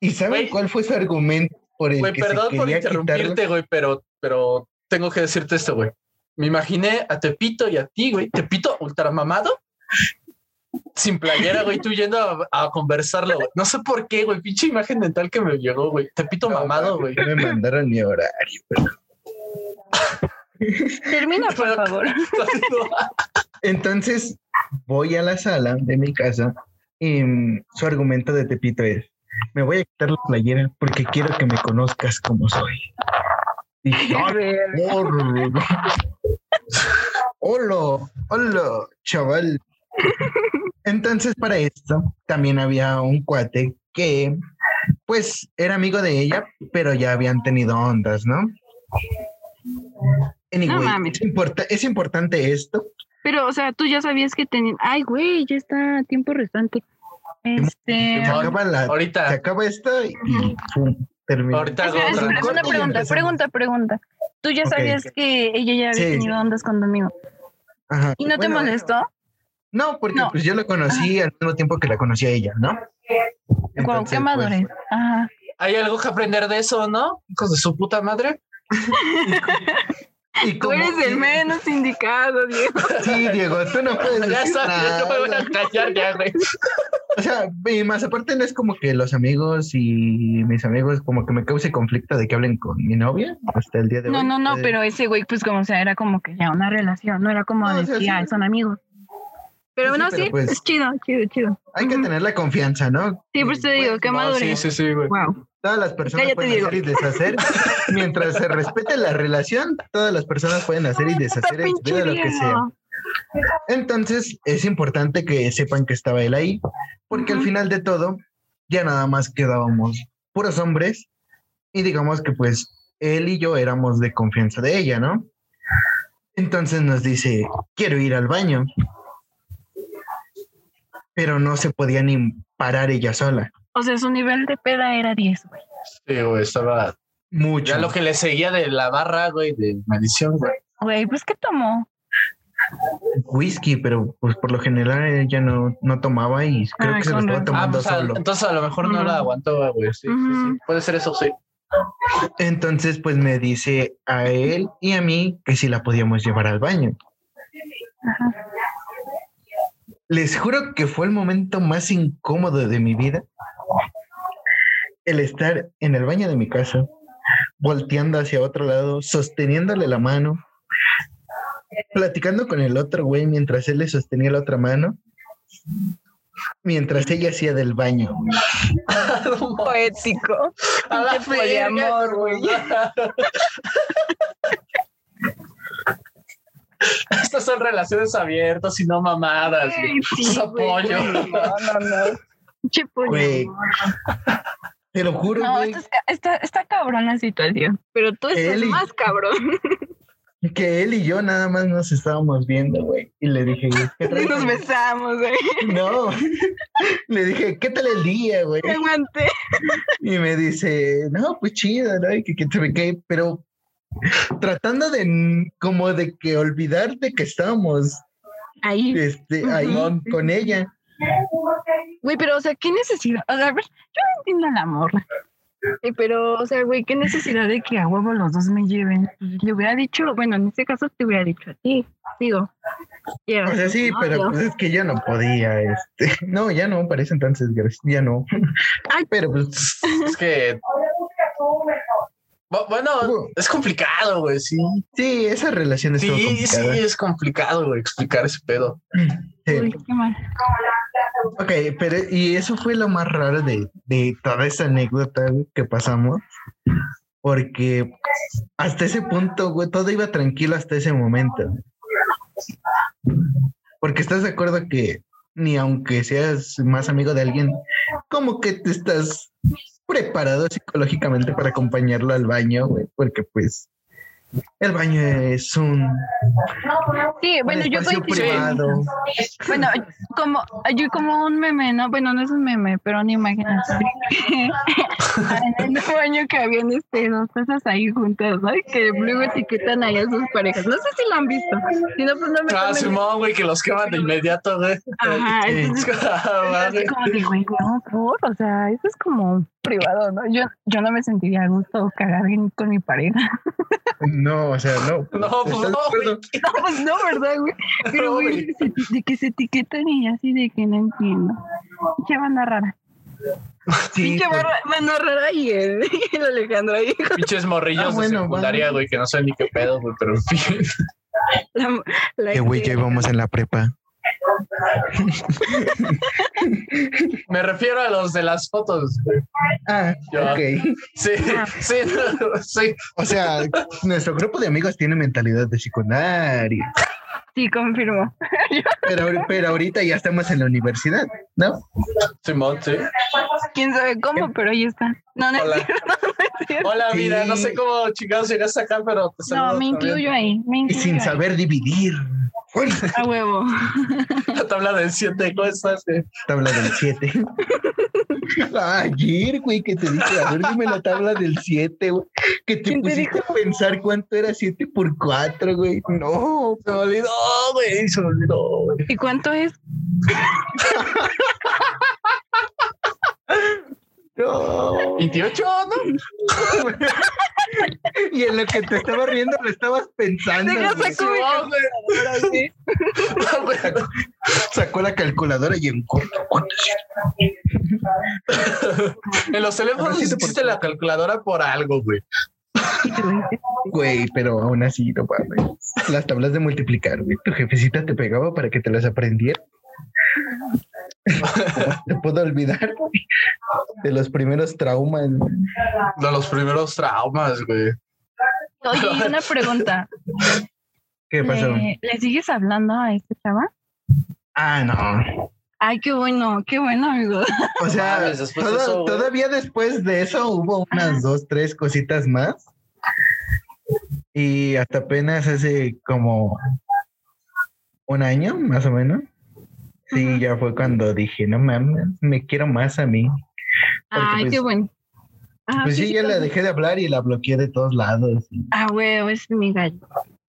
C: ¿Y saben
B: Güey.
C: cuál fue su argumento por el
B: Güey,
C: que
B: perdón
C: se
B: por
C: quería quitarla?
B: interrumpirte, güey, pero, pero tengo que decirte esto, güey. Me imaginé a Tepito y a ti, güey. Tepito ultramamado. Sin playera, güey, tú yendo a, a conversarlo, güey. No sé por qué, güey. Pinche imagen mental que me llegó, güey. Tepito mamado, güey.
C: Ya Me mandaron mi hora.
A: Termina, por favor.
C: Entonces, voy a la sala de mi casa y mm, su argumento de Tepito es, me voy a quitar la playera porque quiero que me conozcas como soy. Dije, "Ah, Por- Hola, hola, chaval. Entonces, para esto, también había un cuate que, pues, era amigo de ella, pero ya habían tenido ondas, ¿no? Anyway,
A: mames.
C: es, importa- es importante esto.
A: Pero, o sea, tú ya sabías que tenían. Ay, güey, ya está a tiempo restante. Este.
C: Se acaba, la, se
B: ahorita,
C: acaba esto y pum, termina.
B: ahorita hago
A: Espera,
B: otra.
A: espera,
C: Corto
A: una
C: y
A: pregunta,
C: empezamos.
A: pregunta, pregunta. Tú ya
C: Ok.
A: sabías que ella ya había
C: Sí, sí.
A: tenido ondas con tu amigo.
C: Ajá.
A: ¿Y no te
C: Bueno,
A: molestó?
C: No, porque
A: No.
C: pues yo la conocí al mismo tiempo que la conocí a ella, ¿no?
A: Guau,
C: Entonces,
A: qué madurez.
C: pues,
A: Ajá.
B: Hay algo que aprender de eso, ¿no? Hijos de su puta madre.
C: y como-
A: indicado, Diego.
C: Sí, Diego, tú no puedes
B: Ya
C: decir
B: sabes, yo me voy
C: nada.
B: a callar ya, güey.
C: O sea, y más aparte no es como que los amigos y mis amigos como que me cause conflicto de que hablen con mi novia hasta el día de
A: No,
C: hoy.
A: no, no,
C: Eh,
A: pero ese güey, pues como sea, era como que ya una relación, no era como
C: No, o sea,
A: decir,
C: sí.
A: "Ay, son amigos.
C: Sí,
A: Pero
C: sí,
A: no,
C: pero
A: sí,
C: pues-
A: es chido, chido, chido.
C: Hay que
A: Ujú.
C: tener la confianza, ¿no?
A: Sí, por eso te digo, qué
B: No, sí,
A: madurez.
B: sí, sí, güey.
A: Wow.
C: Todas las personas
A: Cállate,
C: pueden
A: Diego.
C: hacer y deshacer. Mientras se respete la relación, todas las personas pueden hacer y deshacer en su vida lo que sea. Entonces, es importante que sepan que estaba él ahí, porque al
A: Ujú.
C: final de todo, ya nada más quedábamos puros hombres y digamos que pues él y yo éramos de confianza de ella, ¿no? Entonces nos dice, quiero ir al baño, pero no se podía ni parar ella sola.
A: O sea, su nivel de peda era 10, güey.
B: Sí, güey, estaba.
C: Mucho.
B: Ya lo que le seguía de la barra, güey, de medición, güey.
A: Güey, pues ¿qué tomó?
C: Whisky, pero pues por lo general ella no, no tomaba y creo
A: Ay,
C: que se lo
A: con
C: estaba
A: razón.
B: Ah,
C: tomando
B: pues, a-
C: solo.
B: entonces a lo mejor no
A: Ujú.
B: la aguantó, güey. Sí, sí, sí.
A: Ujú.
B: Puede ser eso, sí.
C: Entonces, pues me dice a él y a mí que si la podíamos llevar al baño. les juro que fue el momento más incómodo de mi vida. El estar en el baño de mi casa, volteando hacia otro lado, sosteniéndole la mano, platicando con el otro güey mientras él le sostenía la otra mano, mientras ella hacía del baño. güey.
A: Poético.
B: A la
A: Pinche poliamor,
B: verga.
A: güey.
B: Estas son relaciones abiertas y no mamadas. güey. Sus apoyo.
A: No, no, no. Pinche
C: Güey.
A: poliamor.
C: Te lo juro,
A: No,
C: güey,
A: esto es ca- está, está cabrón la situación. Pero tú estás
C: Eli.
A: más cabrón.
C: que él y yo nada más nos estábamos viendo, güey. Y le dije, güey, ¿qué
A: Ni
C: tal?
A: nos besamos, güey.
C: No, le dije, ¿qué tal el día, güey?
A: Te aguanté.
C: Y me dice, no, pues chido, ¿no? Y que, que te ve que, pero tratando de n- como de que olvidar de que estábamos
A: Ahí.
C: este, ahí
B: Ujú.
C: con ella.
A: Güey, pero, o sea, ¿qué necesidad? O sea, a ver, yo no entiendo a la morra. Eh, Pero, o sea, güey, ¿qué necesidad de que a huevo los dos me lleven? Le hubiera dicho, bueno, en este caso te hubiera dicho a ti. Digo, y era
C: O sea,
A: tu
C: sí, pero
A: novio.
C: pues es que yo no podía, este, no, ya no, parece entonces, gracias, ya no. Ay, pero pues,
B: Es que. Bu- Bueno, es complicado, güey, sí.
C: sí, esa relación es
B: Sí, sí,
C: complicada.
B: es complicado, güey, explicar ese pedo.
C: Sí.
A: Uy, qué mal.
C: Ok, pero y eso fue lo más raro de, de toda esa anécdota güey, que pasamos, porque hasta ese punto, güey, todo iba tranquilo hasta ese momento. Porque estás de acuerdo que ni aunque seas más amigo de alguien, como que te estás preparado psicológicamente para acompañarlo al baño, güey, porque pues el baño es un,
A: Sí,
C: un
A: bueno, yo
C: espacio
A: coincido.
C: privado.
A: Bueno, como, yo como un meme, ¿no? Bueno, no es un meme, pero no imaginas. en el baño que habían este, dos tazas ahí juntas, ¿no? Y Que luego etiquetan ahí a sus parejas. No sé si lo han visto. Si no, pues no me
B: Ah,
A: tomen-
B: Simón, güey, que los queman de inmediato, güey.
A: Ajá,
B: Sí.
A: entonces-
B: Ah, madre.
A: Así como que, güey, no, por, o sea, eso es como privado, ¿no? Yo, yo no me sentiría a gusto cagar en- con mi pareja.
C: No, o sea, no.
B: No, pues
C: ¿Estás
B: no,
C: de acuerdo?
B: güey.
A: No, pues no, ¿verdad, güey? Pero, güey, de que se- de que se etiquetan y así de que no entiendo. Ya van a rara.
C: Sí,
A: Pinche
C: porque-
A: barra- mano rara y el, y el Alejandro ahí.
B: Pinches morrillos
C: Ah, bueno,
B: de secundaria,
C: vale.
B: güey, que no sé ni qué pedo, güey, pero en fin.
A: La, la- este,
D: Que güey, ya íbamos en la prepa.
B: Me refiero a los de las fotos, güey.
C: Ah,
B: Ya.
C: ok.
B: Sí,
A: Ah.
B: sí, sí.
C: O sea, nuestro grupo de amigos tiene mentalidad de secundaria,
A: Sí, confirmo.
C: pero, ahor- pero ahorita ya estamos en la universidad, ¿no?
B: Simón, sí.
A: Quién sabe cómo, pero ahí está. No, no es
B: Hola.
A: cierto, no es cierto.
B: Hola,
C: Sí.
B: mira, no sé cómo chingados llegaste acá, pero te saludo.
A: Este No, me incluyo ahí. Me
C: Y
A: incluyo
C: sin
A: ahí.
C: saber dividir. Uy,
A: A huevo.
B: también. La tabla de siete cosas. güey.
C: tabla del 7. Ayer, güey, que te dije, a ver, dime la tabla del 7, güey. Que te
A: ¿Quién te
C: pusiste a pensar cuánto era 7 por 4, güey. No.
B: Se me olvidó, güey, se me olvidó, güey.
A: ¿Y cuánto es?
C: No.
B: 28, ¿no?
C: Y en lo que te estaba riendo lo estabas pensando.
A: Deja
C: güey.
A: saco mi
B: No, güey.
A: computadora, sí.
B: No, güey.
C: Sacó la calculadora y en corto. ¿cuánto es?
B: En los teléfonos
C: Siete por
B: existe la calculadora por algo, güey.
A: Y te lo hice.
C: Güey, pero aún así, no mames. Las tablas de multiplicar, güey. Tu jefecita te pegaba para que te las aprendiera. te puedo olvidar güey, de los primeros traumas. güey.
B: De los primeros traumas, güey.
A: Oye, y una pregunta.
C: ¿Qué pasó?
A: ¿Le, le sigues hablando a este chaval?
C: Ah, no.
A: Ay, qué bueno, qué bueno, amigo.
C: O sea,
B: Mames, después
C: todo-
B: de eso, güey.
C: todavía después de eso hubo unas dos, tres cositas más. Y hasta apenas hace como un año, más o menos. Sí, ya fue cuando dije, no mames, me quiero más a mí.
A: Ay,
C: pues-
A: qué bueno. Ah,
C: Pues sí,
A: sí,
C: ya
A: sí,
C: la
A: sí.
C: dejé de hablar y la bloqueé de todos lados. Y
A: Ah, huevo, es mi gallo.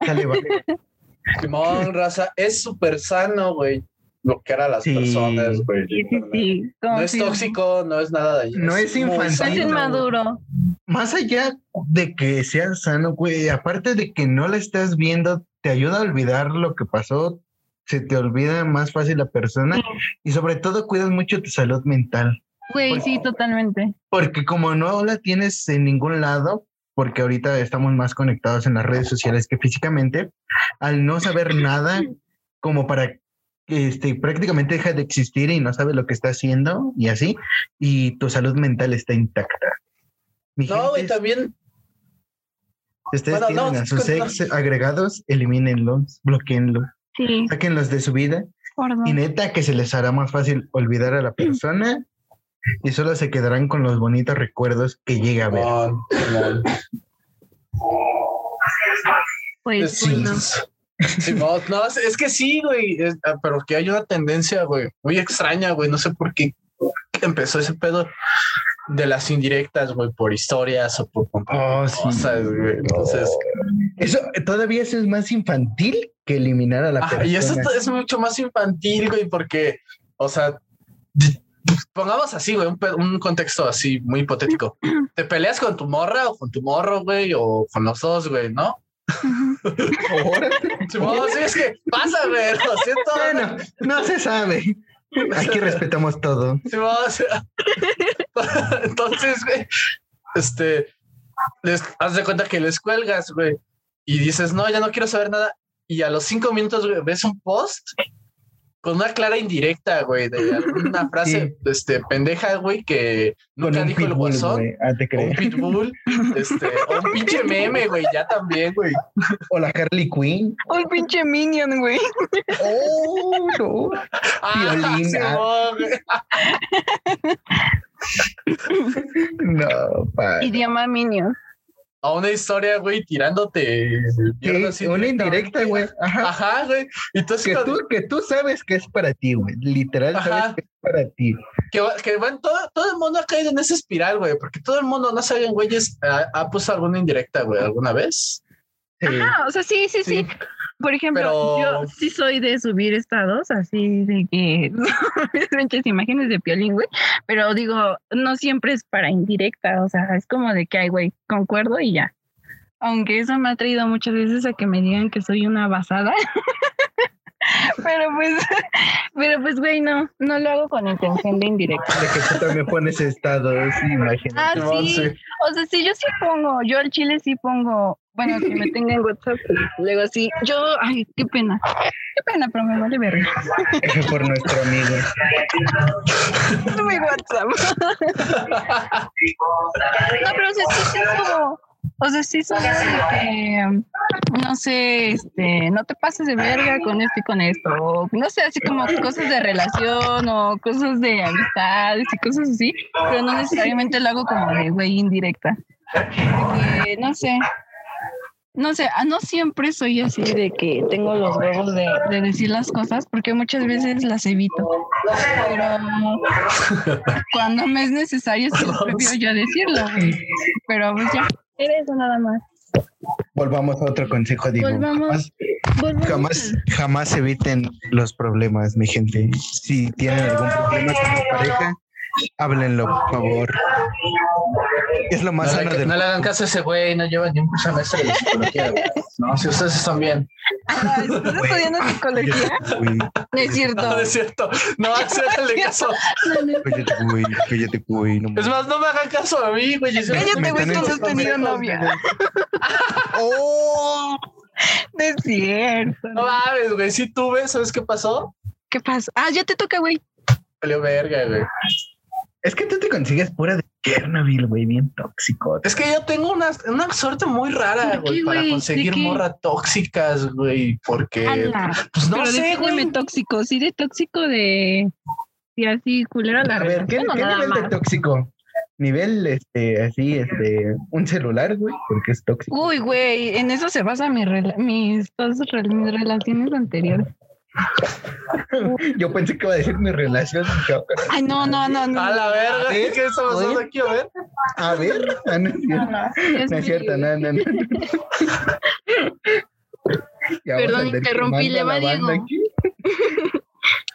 C: sale, vale.
B: Simón, raza, es súper sano, güey, bloquear a las
C: Sí.
B: personas, güey.
A: Sí, sí, sí.
B: No es
A: confirmo.
B: tóxico, no es nada de
C: No es
B: muy
C: infantil.
B: sano,
A: Es
C: Sí, no.
A: inmaduro.
C: Más allá de que sea sano, güey, aparte de que no la estás viendo, te ayuda a olvidar lo que pasó, se te olvida más fácil la persona y sobre todo cuidas mucho tu salud mental.
A: Güey, sí, totalmente.
C: Porque como no la tienes en ningún lado, porque ahorita estamos más conectados en las redes sociales que físicamente, al no saber nada, como para este, prácticamente deja de existir y no sabe lo que está haciendo y así, y tu salud mental está intacta. Mi
B: No, güey,
C: gente,
B: también.
C: ustedes
B: bueno, no,
C: tienen a
B: sí,
C: sus
B: continúa.
C: ex agregados, elimínenlos, bloqueenlos,
A: Sí,
C: sáquenlos de su vida y
A: perdón.
C: neta que se les hará más fácil olvidar a la persona y solo se quedarán con los bonitos recuerdos que llega a ver.
B: Oh, lol.
A: Pues
B: Sí,
A: bueno.
B: sí, no, no, es- es que sí, güey. es- ah, Pero que hay una tendencia, güey, muy extraña, güey. No sé por qué empezó ese pedo de las indirectas, güey, por historias o por compartir
C: Oh, sí.
B: cosas, güey. Entonces,
C: Eso eh, todavía eso es más infantil que eliminar a la
B: Ajá,
C: persona.
B: Ah, y eso es es mucho más infantil, güey, porque, o sea, d- pongamos así, güey, un, pe- un contexto así muy hipotético. Te peleas con tu morra o con tu morro, güey, o con los dos, güey, ¿no?
C: Ahora,
B: Sí, no, sí, es que pasa, güey, lo siento.
C: bueno, no se sabe. Aquí respetamos todo.
B: Sí, no, o sea, Entonces, güey, este, les, haz de cuenta que les cuelgas, güey, y dices, no, ya no quiero saber nada. Y a los cinco minutos, güey, ves un post con una clara indirecta, güey, de alguna frase, este, pendeja, güey, que nunca dijo el
C: pitbull,
B: guasón.
C: güey. Ah, te
B: O
C: creo.
B: un pitbull, este, o un pinche meme, güey, ya también, güey.
C: O la Harley Quinn.
A: Uy, pinche minion, güey.
C: Oh, no.
B: Ah,
C: Violín,
B: sí,
C: ah.
B: no, güey.
C: No, pa.
A: Idioma minion.
B: a una historia, güey, tirándote mierda así
C: Sí, una
B: directamente.
C: indirecta, güey. Ajá.
B: Ajá, güey. Y tú así
C: Que
B: como-
C: tú, que tú sabes que es para ti, güey. Literal,
B: Ajá.
C: sabes que es para ti.
B: Que, va- que van todo, todo el mundo ha caído en esa espiral, güey, porque todo el mundo, no saben, güeyes, ha, ha puesto alguna indirecta, güey, alguna vez.
C: Sí.
A: Ah, o sea, sí, sí, sí.
B: Sí.
A: Por ejemplo,
B: Pero-
A: yo sí soy de subir estados, así de que muchas imágenes de piolín, güey. Pero digo, no siempre es para indirecta, o sea, es como de que hay, güey, concuerdo y ya. Aunque eso me ha traído muchas veces a que me digan que soy una basada. pero pues, pero pues, güey, no, no lo hago con intención de indirecta.
C: De que tú también pones estados, imagínate.
A: Ah,
B: Simón,
A: sí. O sea, sí, yo sí pongo, yo al chile sí pongo, bueno, que me tenga en WhatsApp, luego sí, yo, ay, qué pena, qué pena, pero me vale verga.
C: Por nuestro amigo.
A: No me WhatsApp. No, pero o sea, sí, sí subo, o sea, sí soy de que, no sé, este, no te pases de verga con esto y con esto, o no sé, así como cosas de relación o cosas de amistades y cosas así, pero no necesariamente lo hago como de güey indirecta. De que, no sé. No sé, ah, no siempre soy así de que tengo los huevos de, de decir las cosas porque muchas veces las evito. Pero cuando me es necesario, sí prefiero yo decirlo. güey. Pero pues ya, era eso nada más.
C: Volvamos a otro consejo, digo.
A: Volvamos.
C: Jamás-
A: Volvamos
C: Jamás, jamás eviten los problemas, mi gente. Si tienen algún problema con su pareja, háblenlo, por favor. Es lo más
B: no,
C: sano
B: le,
C: del
B: no le hagan caso a ese güey, no lleva ni un curso maestro de psicología, güey. No, si ustedes están bien.
A: a- Ah, ¿Estás estudiando psicología?
D: Güey,
A: No es cierto.
B: No, no es cierto. No, háganle caso.
D: cállate, güey, cállate, güey. No,
B: Es
D: mames.
B: más, no me hagan caso a mí, güey.
C: Me-
A: Cállate,
C: me
A: güey,
C: están
A: tú no has tenido
C: enseñando-
A: novia.
C: ¡Oh!
A: No es cierto.
B: No mames, güey. Si tú ves, ¿sabes qué pasó?
A: ¿Qué pasa? Ah, ya te toca, güey.
B: Valió verga, güey.
C: Es que tú te consigues pura de Chernobyl, güey, bien tóxico.
B: Es que yo tengo una, una suerte muy rara,
A: ¿De qué,
B: güey, para
A: güey?
B: conseguir
A: ¿De qué?
B: morra tóxicas, güey,
C: Eh,
B: porque
A: Ala.
B: pues no
A: pero
B: sé,
A: defíneme
B: güey.
A: tóxico, sí de tóxico de y así culero la
C: A ver, ¿qué,
A: relación, o
C: qué
A: nada
C: nivel de
A: más?
C: tóxico? Nivel, este, así, este, un celular, güey, porque es tóxico.
A: Uy, güey, en eso se basa mi rela- mis dos rel- mis relaciones anteriores.
C: Yo pensé que iba a decir mi relación. yo-
A: Ay, no, no, no, no.
B: A la verga,
C: ¿Eh?
B: ¿qué estamos haciendo aquí? A ver.
C: A ver, ah, no es cierto,
A: Dios
C: no es cierto,
A: mío.
C: no, no, no. Ya vamos a
A: Perdón,
C: andar quemando
A: interrumpí, le
C: a
A: va
C: la banda
A: Diego.
C: aquí.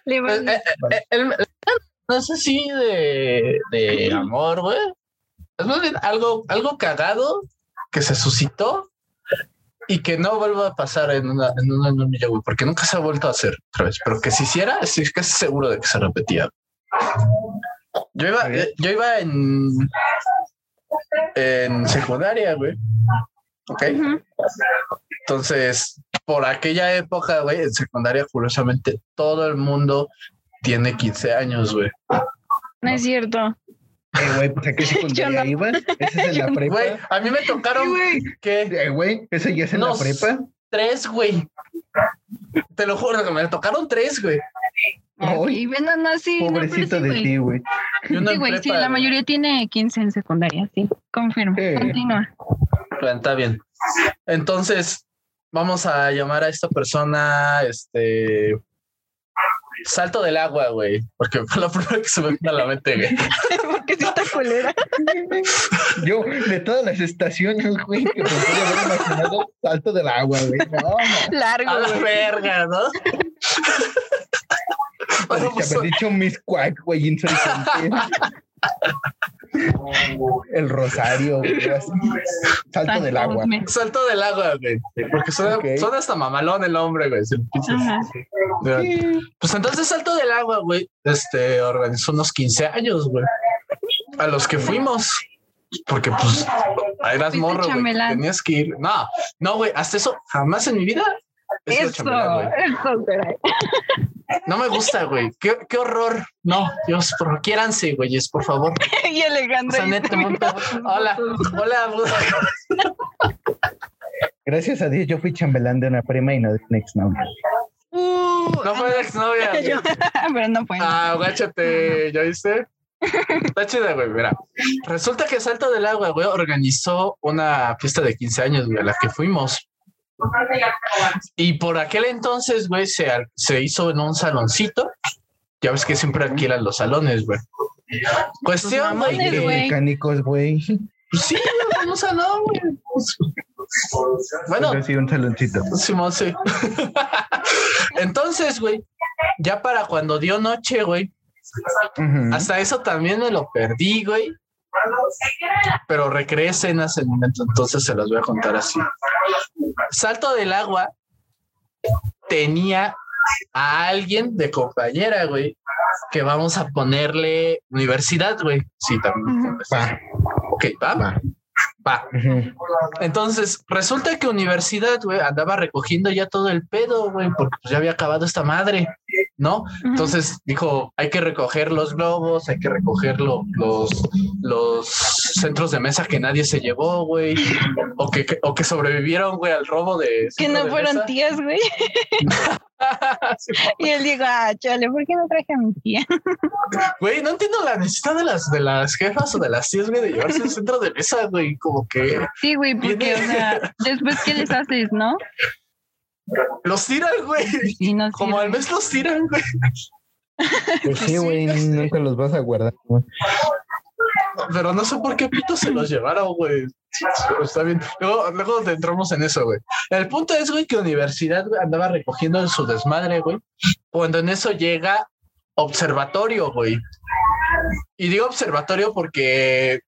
A: Le
B: Pues,
A: vale.
B: eh, eh, eh, el- no sé si de, de amor, güey. Es más bien algo, algo cagado que se suscitó y que no vuelva a pasar en una, en una almohadilla, güey, porque nunca se ha vuelto a hacer otra vez. Pero que si hiciera, estoy casi seguro de que se repetía. Yo iba, eh, yo iba en, en secundaria, güey. Ok.
A: Ujú.
B: Entonces, por aquella época, güey, en secundaria, curiosamente, todo el mundo tiene 15 años, güey.
A: No es cierto.
C: Eh, güey, pues a qué secundaria
A: no.
C: ibas? Esa es en la prepa.
B: Güey, a mí me
C: Sí,
B: tocaron,
C: güey.
B: ¿qué?
C: Eh, güey, esa ya es en
B: No
C: la prepa.
B: Tres, güey. Te lo juro, me tocaron tres, güey.
C: Ay,
A: Y ven, no, no, sí, no, pero
C: Pobrecito
A: sí,
C: de
A: güey.
C: ti, güey.
B: Y uno
A: Sí,
B: en
A: güey, sí,
B: prepa,
A: la
B: güey.
A: mayoría tiene 15 en secundaria, sí, confirmo.
C: Sí.
A: Continúa.
B: Bueno, Está bien. Entonces, vamos a llamar a esta persona, este... Salto del agua, güey. Porque fue la primera que se me vino a la mente, güey.
A: Porque sí está culera.
C: Yo, de todas las estaciones, güey, que me pude haber imaginado, salto del agua, güey. No, no.
B: A
A: Largo,
B: la
A: güey.
B: verga, ¿no? Bueno,
C: Podría
B: pues,
C: haber dicho Miss Quack, güey, insolente. El rosario, güey, así. Salto
A: Tan
C: del agua.
A: cosme.
B: Salto del agua, güey. este, Porque suena,
C: Ok.
B: suena hasta mamalón el hombre, güey. si lo piensas.
A: Ajá.
B: Mira, Pues entonces Salto del Agua, güey, este, organizó unos 15 años, güey. A los que fuimos. Porque pues eras
A: Fuiste
B: morro, güey.
A: chambelán.
B: Tenías que ir. No, no, güey, hasta eso jamás en mi vida. he sido
A: Eso,
B: chambelán, güey.
A: eso, caray.
B: No me gusta, güey. Qué, qué horror. No, Dios, por quiéranse, güeyes, por favor.
A: Y
B: O
A: elegante.
B: sea, neta, muy pedo. Hola, hola.
C: Gracias a Dios, yo fui chambelán de una prima y no de un exnovio.
A: Uh,
B: No fue exnovia. güey.
A: yo- pero no puedo.
B: Ah, guáchate, ¿ya viste? Está chida, güey, mira. Resulta que Salto del Agua, güey, organizó una fiesta de 15 años, güey, a la que fuimos. Y por aquel entonces, güey, se, al- se hizo en un saloncito. Ya ves que siempre alquilan los salones, güey. Cuestión, güey.
A: mamones,
B: que-
A: güey.
C: Mecánicos, güey.
B: pues Sí, güey, en un salón, güey. Bueno,
C: Pero sí, un saloncito.
B: Simón, sí. Entonces, güey, ya para cuando dio noche, güey,
C: Ujú.
B: Hasta eso también me lo perdí, güey. Pero recreé escenas en momento, entonces se las voy a contar así. Salto del agua tenía a alguien de compañera, güey, que vamos a ponerle universidad, güey. Sí, también.
C: Va.
B: Ok, va. Va.
C: Ujú.
B: Entonces, resulta que universidad, güey, andaba recogiendo ya todo el pedo, güey, porque pues, ya había acabado esta madre, ¿no? Entonces dijo, hay que recoger los globos, hay que recoger lo- los, los centros de mesa que nadie se llevó, güey, o que, que- o que sobrevivieron, güey, al robo de...
A: que
B: centro
A: no
B: de
A: fueron
B: mesa.
A: tías, güey.
B: Sí,
A: Y él dijo, ah, chale, ¿por qué no traje a mi tía?
B: Güey, no entiendo la necesidad de las, de las jefas o de las tías, güey, de llevarse el centro de mesa, güey, como que
A: Sí, güey, porque, o sea, después, ¿qué les haces, no?
B: los tiran, güey.
A: Y no
B: Como al
A: sirve.
B: mes los tiran, güey.
C: Pues sí, güey,
B: Sí,
C: nunca los vas a guardar. güey.
B: Pero no sé por qué pito se los llevaron, güey. Pero está bien. Luego, luego te entramos en eso, güey. El punto es, güey, que universidad güey, andaba recogiendo en su desmadre, güey. Cuando en eso llega observatorio, güey. Y digo observatorio porque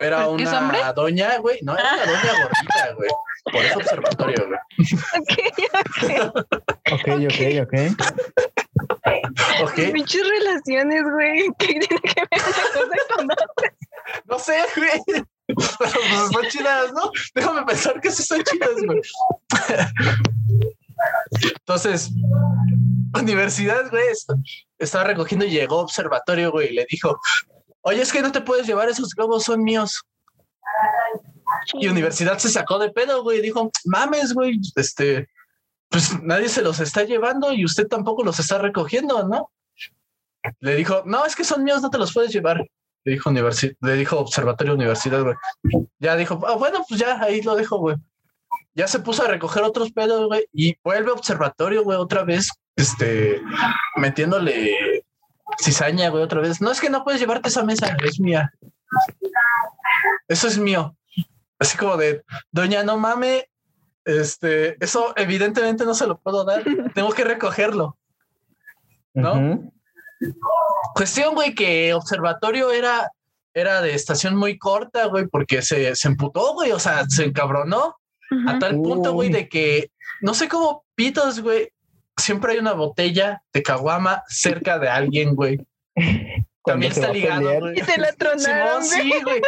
B: era
A: ¿Porque es hombre?
B: una doña, güey. No, era una doña gordita, güey. Por eso observatorio, güey.
C: Ok, ok, ok.
A: ¿Qué?
B: Ok.
A: Pinches relaciones, güey. ¿Qué tiene que ver una cosa con otra?
B: No sé, güey. Pero pues son chidas, ¿no? Déjame pensar que sí son chidas, güey. Entonces, universidad, güey, est- estaba recogiendo y llegó observatorio, güey, y le dijo, oye, es que no te puedes llevar esos globos, son míos. Y universidad se sacó de pedo, güey, y dijo, mames, güey, este, pues nadie se los está llevando y usted tampoco los está recogiendo, ¿no? Le dijo, no, es que son míos, no te los puedes llevar. Le dijo, universi- le dijo Observatorio Universidad, güey. Ya dijo, "Ah, bueno, pues ya, ahí lo dejo, güey. Ya se puso a recoger otros pedos, güey, y vuelve Observatorio, güey, otra vez, este, metiéndole cizaña, güey, otra vez. No es que no puedes llevarte esa mesa, es mía. Eso es mío. Así como de, doña, no mame, este, eso evidentemente no se lo puedo dar, tengo que recogerlo. ¿No?
C: Ujú.
B: Cuestión, güey, que observatorio era, era de estación muy corta, güey, porque se, se emputó, güey, o sea, se encabronó A tal punto, güey,
C: Uy.
B: de que no sé cómo pitos, güey. Siempre hay una botella de caguama cerca de alguien, güey. También
E: se
B: está
E: va a
B: ligado,
E: pelear.
B: güey.
A: Y te la tronaron.
B: Simón, sí, güey.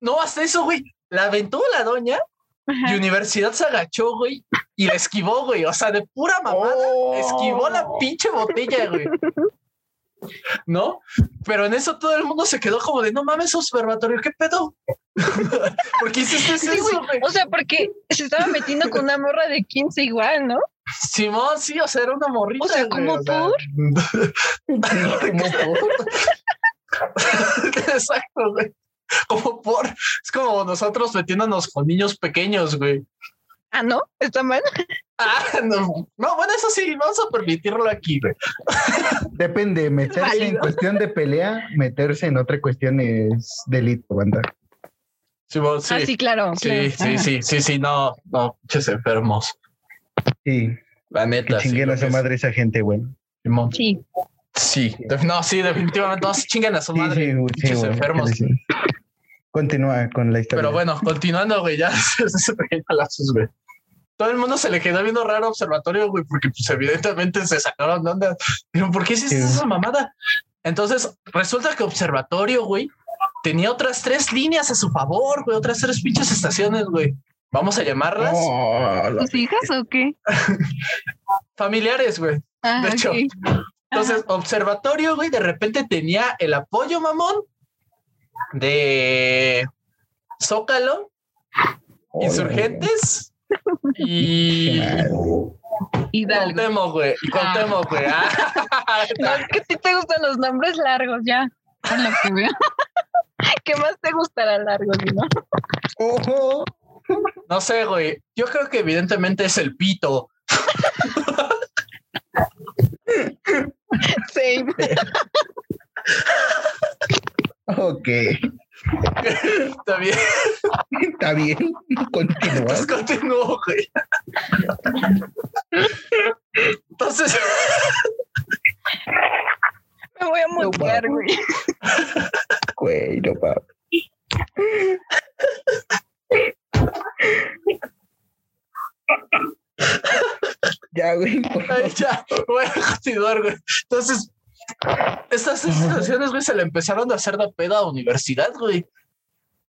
B: No, hasta eso, güey. La aventó la doña
A: güey.
B: y Universidad se agachó, güey, y la esquivó, güey. O sea, de pura mamada,
C: Oh.
A: Oh.
B: esquivó la pinche botella, güey. ¿No? Pero en eso todo el mundo se quedó como de, no mames, observatorio, ¿qué pedo? ¿Por qué hiciste
A: Sí,
B: eso,
A: güey.
B: güey?
A: O sea, porque se estaba metiendo con una morra de 15 igual, ¿no?
B: Simón, sí, o sea, era una morrita.
A: O sea,
B: güey,
A: ¿cómo
B: Exacto, güey. Como por. Es como nosotros metiéndonos con niños pequeños, güey.
A: Ah, no, está mal.
B: Ah, no. No, bueno, eso sí, vamos a permitirlo aquí, güey.
C: Depende, meterse en
A: Válido.
C: cuestión de pelea, meterse en otra cuestión es delito, banda.
B: Simón, sí.
A: Ah, sí, claro.
B: Sí,
A: claro.
B: sí,
A: Ajá.
B: sí, sí, sí, no, no, pinches enfermos.
C: Sí,
B: La
C: que
B: neta. sí,
C: chinguen
B: lo
C: a
B: que
C: su
B: es.
C: madre esa gente, güey.
B: Simón.
A: Sí.
B: Sí, def- no, sí, definitivamente. No, sí, chingan a su
C: Sí,
B: madre.
C: sí, güey, sí,
B: pinches
C: güey,
B: enfermos.
C: sí, sí. Continúa con la historia.
B: Pero bueno, continuando, güey, ya se se me caen palazos, güey. Todo el mundo se le quedó viendo raro observatorio, güey, porque pues evidentemente se sacaron de onda. Dijeron, ¿por qué hiciste
C: Sí.
B: esa mamada? Entonces, resulta que observatorio, güey, tenía otras tres líneas a su favor, güey, otras tres pinches estaciones, güey. Vamos a llamarlas
C: Oh. No, la-
A: ¿Tus hijas o qué?
B: familiares, güey.
A: Ah,
B: De hecho.
A: ok.
B: Entonces, observatorio, güey, de repente tenía el apoyo, mamón, de Zócalo,
C: oh, la-
B: Insurgentes
C: Qué
B: y
C: mal.
A: Hidalgo.
B: Cuauhtémoc, güey. Y Cuauhtémoc, güey. Ah,
A: No, es que a ti te gustan los nombres largos, ya. Es lo que veo. ¿Qué más te gustará largo, no?
C: Ojo.
B: no sé, güey. Yo creo que evidentemente es el pito.
A: Sí.
C: Ok,
B: Está bien.
C: está bien. Continúa.
B: Entonces continúo, güey. Entonces,
A: Me voy a mutear, güey.
C: Güey, no mames. Ya, güey, por favor.
B: Ay, ya, voy a continuar, güey. Entonces, estas estaciones, güey, se le empezaron a hacer de peda a universidad, güey.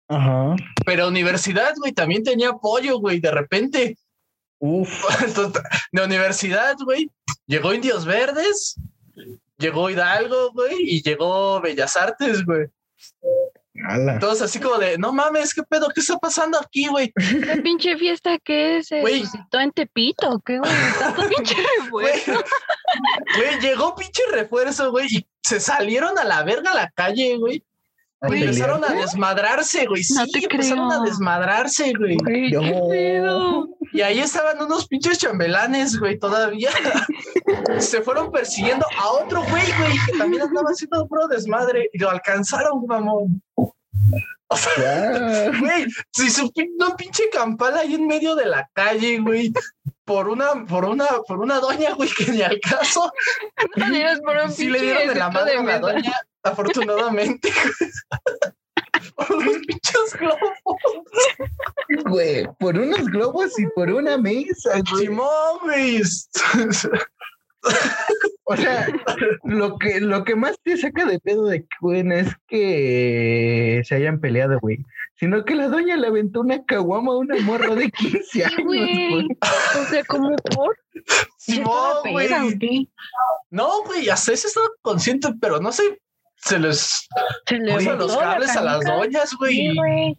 C: Ajá.
B: Pero universidad, güey, también tenía apoyo, güey, de repente.
C: Uf,
B: Entonces, de universidad, güey, llegó Indios Verdes, llegó Hidalgo, güey, y llegó Bellas Artes, güey.
C: ala.
B: Entonces, así como de, no mames, ¿qué pedo? ¿Qué está pasando aquí, güey?
A: ¿Qué pinche fiesta que es? eh, ¿Se
B: Güey.
A: suscitó en Tepito? o ¿Qué, güey? Tanto pinche
B: Güey,
A: revuelo.
B: güey, llegó pinche refuerzo, güey, y se salieron a la verga a la calle, güey.
C: ¿A
B: Güey,
C: pelear?
B: empezaron a desmadrarse, güey.
A: No
B: sí,
A: te
B: empezaron
A: creo.
B: a desmadrarse, güey.
A: Güey,
C: Yo-
A: qué pedo.
B: Y ahí estaban unos pinches chambelanes, güey, todavía. Se fueron persiguiendo a otro güey, güey, que también andaba haciendo puro desmadre. Y lo alcanzaron, mamón. O sea,
C: Ya.
B: güey, si su pin- una pinche campal ahí en medio de la calle, güey. Por una, por una, por una doña, güey, que ni al caso.
A: No le dieras por un
B: Sí le
A: pinche
B: dieron de la
A: centro
B: madre a la
A: mesa.
B: doña, afortunadamente. Por unos pinches globos.
C: Güey, por unos globos y por una mesa, güey.
B: Simón, güey.
C: O sea, lo que, lo que más te saca de pedo de que, güey, no es que se hayan peleado, güey. Sino que la doña le aventó una caguama a una morra de 15
A: Sí,
C: años,
A: güey.
C: güey.
A: O sea, como por. ¿Sí
B: Simón,
A: estaba peda o
B: güey.
A: qué?
B: No, güey, hasta eso estaba consciente, pero no sé. Se les
A: Se le
B: cruzan
A: voló
B: los
A: la
B: cables a las
A: canica.
B: doñas,
A: Sí,
B: güey.
A: güey.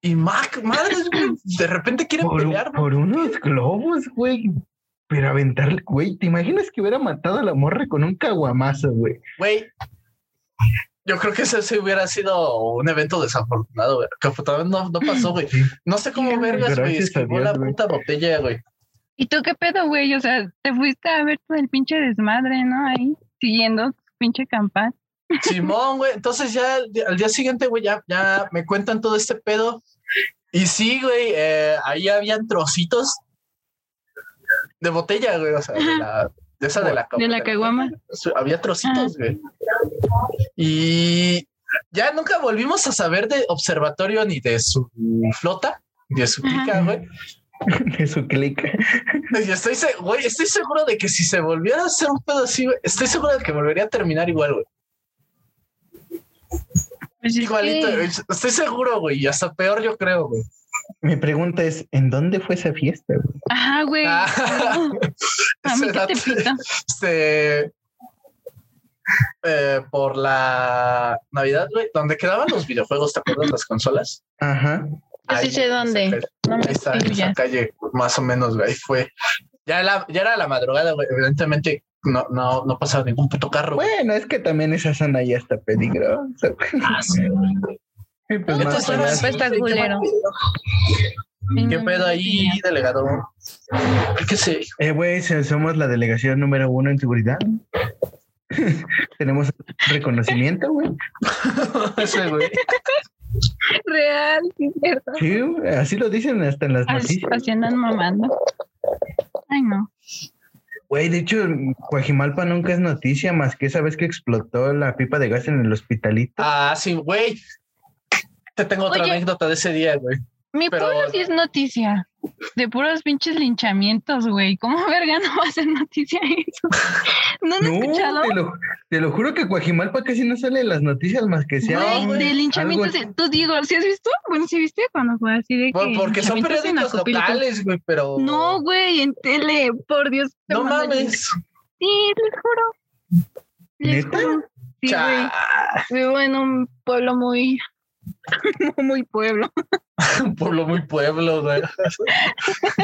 B: Y Mac, madres, güey. De repente quieren
C: Por, un-
B: pelear, güey.
C: por unos globos, güey. Pero aventarle, güey, ¿te imaginas que hubiera matado a la morra con un caguamazo, güey?
B: Güey. Yo creo que ese sí hubiera sido un evento desafortunado, güey. Que afortunadamente no, no pasó, güey. No sé cómo
A: Sí, güey.
B: vergas, güey.
C: Gracias a
B: Esquivó
C: Dios,
B: la
C: güey.
B: puta botella, güey.
A: ¿Y tú qué pedo, güey? O sea, te fuiste a ver todo el pinche desmadre, ¿no? Ahí, siguiendo tu pinche campán.
B: Simón, güey. Entonces ya al di- al día siguiente, güey, ya, ya me cuentan todo este pedo. Y sí, güey, eh, ahí habían trocitos de botella, güey. O sea, de, la, de esa de la
A: De la caguama.
B: Sí, Había
A: Ah.
B: trocitos, güey. Y ya nunca volvimos a saber de observatorio ni de su flota. Dios suplica,
A: Ajá.
B: güey.
C: de su clic.
B: Y estoy, se- güey, estoy seguro de que si se volviera a hacer un pedo así, güey, estoy seguro de que volvería a terminar igual, güey.
A: Pues es
B: Igualito, eh.
A: que-
B: güey, estoy seguro, güey, y hasta peor yo creo, güey.
C: Mi pregunta es, ¿en dónde fue esa fiesta? güey?
A: Ajá, güey.
B: Ah.
A: a mí qué te
B: Ese dato,
A: pita.
B: Este, eh, por la Navidad, güey, donde quedaban los videojuegos, ¿te acuerdas? Las consolas.
C: Ajá.
A: Yo sí
B: Ahí,
A: sé
B: en esa
A: dónde.
B: calle.
A: No me
B: Ahí está, en esa
A: pillas.
B: calle, más o menos, güey, ahí fue. Ya, la, ya era la madrugada, güey, evidentemente no, no, no pasaba ningún puto carro, güey.
C: Bueno, es que también esa zona ya está peligrosa. güey.
B: Ah, sí, güey.
C: Y pues
A: No,
C: más
A: pues,
C: o menos-
A: pues, está culero.
B: ¿Qué pedo ahí, delegado? ¿Qué sé?
C: Eh, güey, se- somos la delegación número uno en seguridad. Tenemos reconocimiento, güey.
B: Ese güey.
A: Real, sí, cierto.
C: Sí, güey, así lo dicen hasta en las
A: Así,
C: noticias.
A: así andan mamando. Ay, no.
C: Güey, de hecho, Coajimalpa nunca es noticia más que esa vez que explotó la pipa de gas en el hospitalito.
B: Ah, sí, güey. Te tengo otra
A: Oye.
B: anécdota de ese día, güey.
A: Mi
B: Pero-
A: pueblo sí es noticia. De puros pinches linchamientos, güey. ¿Cómo verga no va a ser noticia eso? ¿No han
C: No,
A: escuchado?
C: te lo, te lo juro que Coajimalpa casi no sale en las noticias más que sea.
A: Güey,
C: un-
A: de linchamientos,
C: algo-
A: de- tú digo, ¿sí has visto? Bueno, ¿sí viste cuando fue así de que...
B: Por- porque son
A: linchamientos en
B: periódicos
A: Acapulco?
B: locales, güey, pero.
A: No, güey, en tele, por Dios. te
B: No
A: mando el link.
B: mames.
A: Sí, les juro. Les
C: ¿Neta?
A: juro. Sí, güey.
B: Cha-
A: Vivo en un pueblo muy... muy pueblo.
B: un pueblo muy pueblo, güey.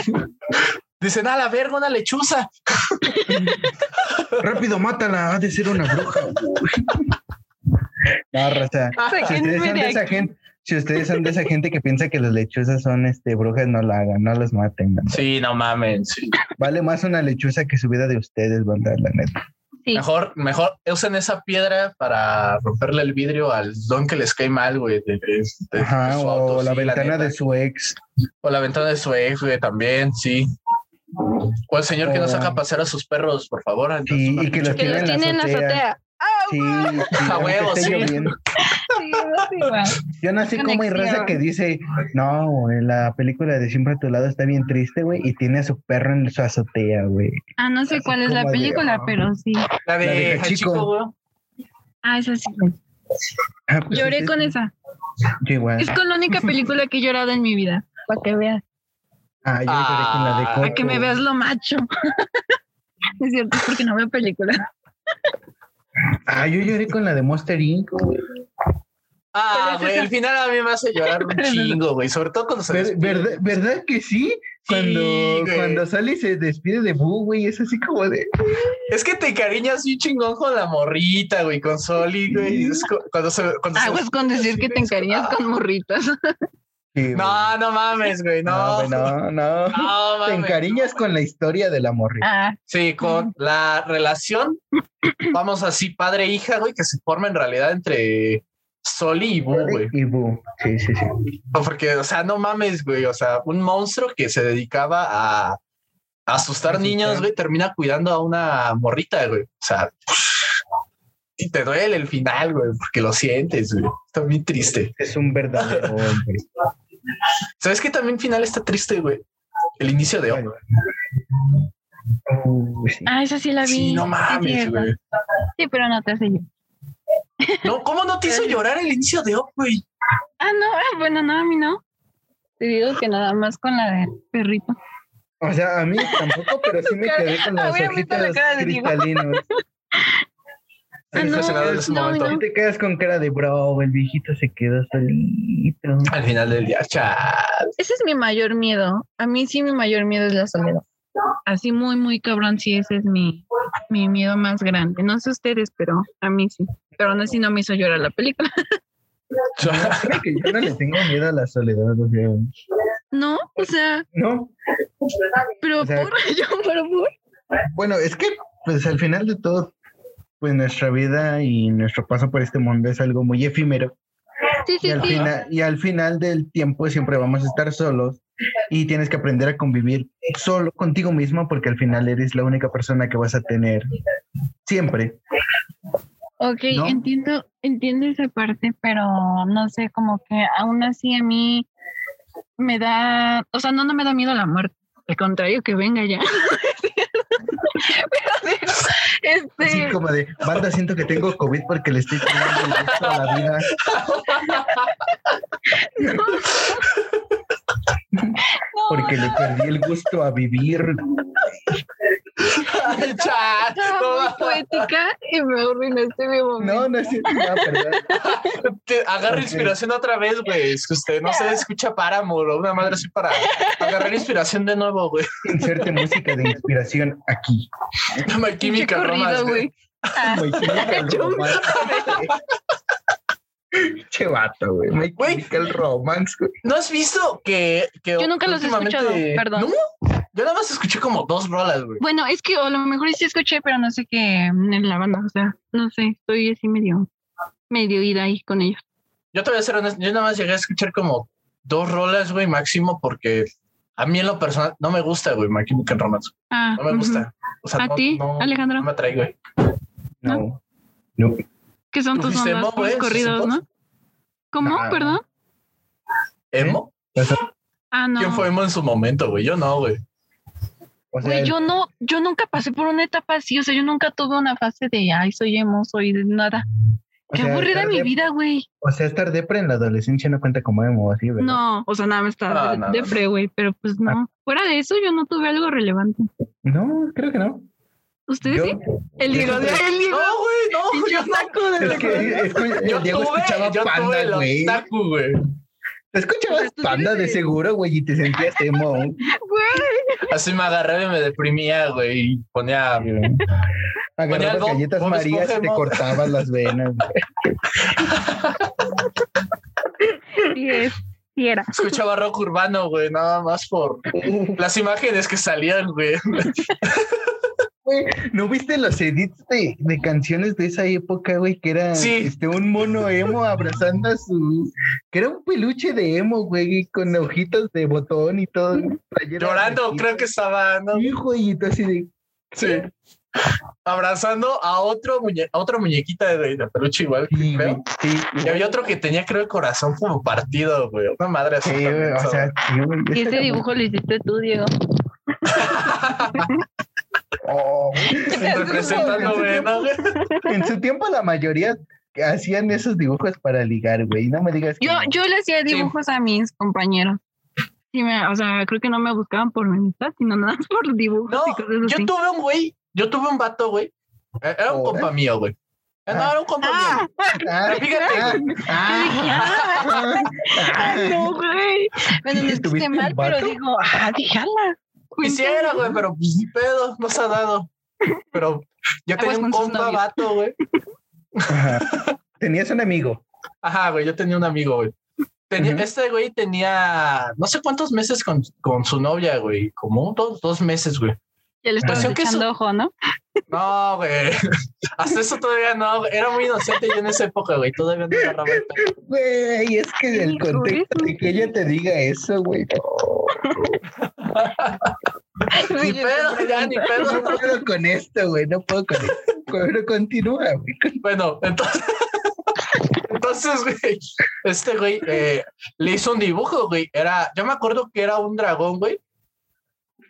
B: Dicen, a la verga, una lechuza.
C: Rápido, mátala, ha de ser una bruja. güey. no, raza. Si
A: Sáquenme
C: ustedes, son
A: de
C: de esa
A: aquí.
C: gente, si ustedes son de esa gente que piensa que las lechuzas son este, brujas, no la hagan, no las maten. banda.
B: Sí, no mames. sí.
C: Vale más una lechuza que su vida de ustedes, banda, la neta.
A: Sí.
B: Mejor, mejor usen esa piedra para romperle el vidrio al don que les cae mal, güey. de- de- de- de
C: Ajá,
B: su
C: o
B: auto,
C: la
B: sí,
C: ventana
B: neta.
C: de su ex.
B: O la ventana de su ex, güey, también, sí. O el señor que no saca a pasear a sus perros, por favor. antes
C: Sí,
B: de una
C: y que
B: pinche
C: los
A: Que
B: piedra.
A: los
C: Tienen la
A: tienen en la
C: azotea.
A: azotea. Ah,
C: Sí, sí,
B: A
C: aunque
B: huevo,
C: esté
B: sí.
C: lloviendo.
A: sí, no sé, güey.
C: Yo nací como hay raza
A: Conexión.
C: que dice, no, güey, la película de Siempre a tu lado está bien triste, güey, y tiene a su perro en su azotea, güey.
A: Ah, no sé
C: Así
A: cuál es la
C: como de,
A: película,
C: ah.
A: pero sí.
B: La
C: La
B: de
C: de
B: Hachiko,
C: Hachiko.
B: güey.
A: Ah, esa sí.
C: Ah, pues,
A: Lloré
C: sí,
A: con
C: sí.
A: esa.
C: Yo igual.
A: Es con la única película que he llorado en mi vida. Para que veas.
C: Ah, yo lloré con la de
B: Ah,
A: Para que me
C: Coco.
A: veas lo macho. No es cierto, es porque no veo películas.
C: Ah, yo lloré con la de Monster Inc. güey.
B: Ah,
A: ¿Cuál es
B: güey,
A: esa?
B: el final a mí me hace llorar un chingo, güey. Sobre todo cuando se
C: Ver-
B: despide.
C: ¿verdad, ¿Verdad que sí? Cuando,
B: Sí, güey.
C: cuando Sally se despide de Boo, güey, es así como de.
B: Es que te encariñas bien chingón con la morrita, güey, con Soli, güey. Es cu- Cuando se. Cuando se-
A: Aguas con decir que te encariñas con morritas.
C: Sí,
B: No, no mames, güey,
C: güey.
B: no.
C: güey, no,
B: No,
C: no. Te
B: mames.
C: encariñas con la historia de la morrita.
A: Ah,
B: Sí, con la relación, vamos así, padre-hija, güey, que se forma en realidad entre Soli y Boo, güey.
C: y Boo. Sí, sí, sí.
B: No, Porque, o sea, no mames, güey. O sea, un monstruo que se dedicaba a a asustar
C: Asustar.
B: niños, güey, termina cuidando a una morrita, güey. O sea, y te duele el final, güey, porque lo sientes, güey. Está bien triste.
C: Es un verdadero hombre.
B: ¿Sabes qué también final está triste, güey? El inicio de Op.
C: Uy, sí.
A: ah, esa sí la vi.
B: Sí, no
A: Sí,
B: mames,
A: cierto.
B: güey.
A: Sí, pero no te hace yo.
B: No, ¿cómo no te hizo llorar el inicio de Op, güey?
A: Ah, no, ah, bueno, no, a mí no. Te digo que nada más con la de perrito.
C: O sea, a mí tampoco, pero sí me quedé con
A: Ah,
C: los
A: hubiera visto la
C: ojitos
A: cara de Diego.
C: cristalinos.
A: Ah, no,
B: Impresionado en ese
A: no,
B: momento.
A: no.
C: Y te quedas con cara de bro, el viejito se quedó solito.
B: Al final del día, chal.
A: Ese es mi mayor miedo. A mí sí mi mayor miedo es la soledad. Así muy, muy cabrón, sí, ese es mi, mi miedo más grande. No sé ustedes, pero a mí sí. Pero aún así no me hizo llorar la película.
B: Chal.
C: Creo que yo no le tengo miedo a la soledad, o sea,
A: No, o sea,
C: no.
A: pero
C: O sea-
A: por yo, pero por.
C: Bueno, es que, pues al final de todo, pues nuestra vida y nuestro paso por este mundo es algo muy efímero.
A: Sí,
C: Y
A: sí,
C: al,
A: sí.
C: fina- y al final del tiempo siempre vamos a estar solos y tienes que aprender a convivir solo contigo mismo porque al final eres la única persona que vas a tener siempre.
A: Ok,
C: ¿no?
A: entiendo, entiendo esa parte, pero no sé, como que aún así a mí me da, o sea, no, no me da miedo la muerte. Al contrario, que venga ya. Pero digo,
C: Así
A: este,
C: como de, banda, siento que tengo COVID porque le estoy tirando el gusto a la vida.
A: no,
C: Porque le perdí el gusto a vivir.
B: Ay, chat,
A: estaba
B: no
A: muy
B: va.
A: poética y me arruinaste mi momento.
C: No, no es cierto. No, perdón.
B: Te- agarra
C: Ok.
B: inspiración otra vez, güey. Es que usted no se escucha páramo, una madre así para agarrar inspiración de nuevo, güey.
C: Inserte música de inspiración aquí.
B: My
A: Pinche
B: Chemical
A: corrido,
B: Romance, güey.
A: Ah,
C: My Chemical Romance. Che vato, güey. My
B: Güey.
C: Chemical Romance, güey.
B: ¿No has visto que, que
A: Yo nunca los he
B: últimamente-
A: escuchado, perdón.
B: ¿No? Yo nada más escuché como dos rolas, güey.
A: Bueno, es que a lo mejor sí escuché, pero no sé qué mm, en la banda, o sea, no sé, estoy así medio, medio ida ahí con ellos.
B: Yo te voy a ser honesto, yo nada más llegué a escuchar como dos rolas, güey, máximo, porque a mí en lo personal no me gusta, güey, My Chemical Romance.
A: Ah,
B: No me
A: ujú.
B: gusta. O sea,
A: ¿A
B: no,
A: ti,
B: no-
A: Alejandro?
B: no me atrae, güey.
C: No. No.
A: Que son
B: Tú
A: tus
B: fuiste
A: ondas
B: emo, güey,
A: puros corridos,
B: ¿eh? ¿sus
A: ¿no? ¿Cómo?
C: Nah.
A: ¿Perdón?
B: ¿Emo?
A: Ah, no.
B: ¿Eh? ¿Quién fue emo en su momento, güey? Yo no, güey.
C: O sea,
A: Güey, yo no, yo nunca pasé por una etapa así, o sea, yo nunca tuve una fase de ay, soy emo, soy de nada.
C: o
A: Qué
C: sea,
A: aburrida
C: estar
A: mi
C: dep-
A: vida, güey.
C: O sea, estar depre en la adolescencia no cuenta como emo, así, ¿verdad?
A: No, o sea, nada, me
B: Ah,
A: estaba de-
B: nada,
A: de
B: no.
A: fre, güey, pero pues no. Fuera de eso, yo no tuve algo relevante.
C: No, creo que no.
A: ¿Ustedes
C: Yo-
A: sí? El Diego, de- el Diego.
B: No, güey, no,
A: pinche
B: yo no. eh,
A: otaku de la
C: Es que, es que
B: Yo
C: el Diego
B: tuve,
C: escuchaba
B: yo tuve
C: panda,
B: los
C: güey.
B: otaku, güey.
C: Te
A: O sea,
C: escuchabas
A: Pues tú
C: panda de
A: eres-
C: seguro, güey, y te sentías emo.
B: Oh.
A: Güey,
B: Así me agarraba y me deprimía, güey. Y ponía. Ponía
C: Agarrabas
B: Bob-
C: galletas
B: Bob
C: marías
B: Esponja
C: y te
B: emo.
C: cortabas las venas.
A: sí es, sí era.
B: Escuchaba rock urbano, güey, nada más por
C: güey.
B: las imágenes que salían, güey.
C: Güey, ¿No viste los edits de, de canciones de esa época, güey? Que era
B: Sí.
C: este, un mono emo abrazando a su... Que era un peluche de emo, güey, con hojitas de botón y todo. playera
B: Llorando,
C: rojita.
B: creo que estaba, ¿no?
C: Sí, güey, y tú así de...
B: Sí. Abrazando a otro muñe- a otra muñequita de, de peluche igual.
C: Sí, güey,
B: creo.
C: sí,
B: Y había otro que tenía, creo, el corazón como partido, güey. Una madre así.
C: Sí,
B: también,
C: güey, o
B: ¿sabes?
C: sea, sí, güey, esta
A: ¿Y ese
C: como-
A: dibujo lo hiciste tú, Diego?
C: Oh,
B: Representándome, ¿no? güey?
C: En su tiempo la mayoría hacían esos dibujos para ligar, güey. No me digas que
A: Yo,
C: no.
A: yo le hacía dibujos a mis compañeros. Sí me- o sea, creo que no me buscaban por mi amistad, sino nada más por dibujos
B: No,
A: y cosas así.
B: yo tuve un güey, yo tuve un vato, güey. Eh, Era un
C: ¿Ahora?
B: compa mío, güey. Eh, No,
C: Ah.
B: era un compa
A: Ah,
B: mío. Pero fíjate,
C: ah,
A: ah,
C: ah, ah.
A: ah, no, güey. Bueno, no
C: ¿Tuviste
A: esté
C: un
A: mal, pero
C: vato?
A: digo, ah, déjala.
B: Quisiera, güey, pero pues, ni pedo, no se ha dado. Pero yo tenía
A: Aguas
B: un
A: con sus
B: compa
A: novios.
B: vato, güey.
C: Ajá. Tenías un amigo.
B: Ajá, güey, yo tenía un amigo, güey. Tenía,
C: Ujú.
B: Este güey tenía no sé cuántos meses con, con su novia, güey. Como un- dos, dos meses, güey.
A: Ya le estaba
B: Pues yo que
A: echando
B: eso-
A: ojo, ¿no?
B: No, güey. Hasta eso todavía no. güey. Era muy inocente yo en esa época, güey. Todavía no agarraba el pedo.
C: Güey, es que el
A: Hijo,
C: contexto de que ella te diga eso, güey. no.
B: Ni pedo, ya, ni
C: No,
B: pedo.
C: puedo con esto, güey. No puedo con esto. Pero continúa, güey.
B: Bueno, entonces. Entonces, güey, este güey eh, le hizo un dibujo, güey. Era, yo me acuerdo que era un dragón, güey,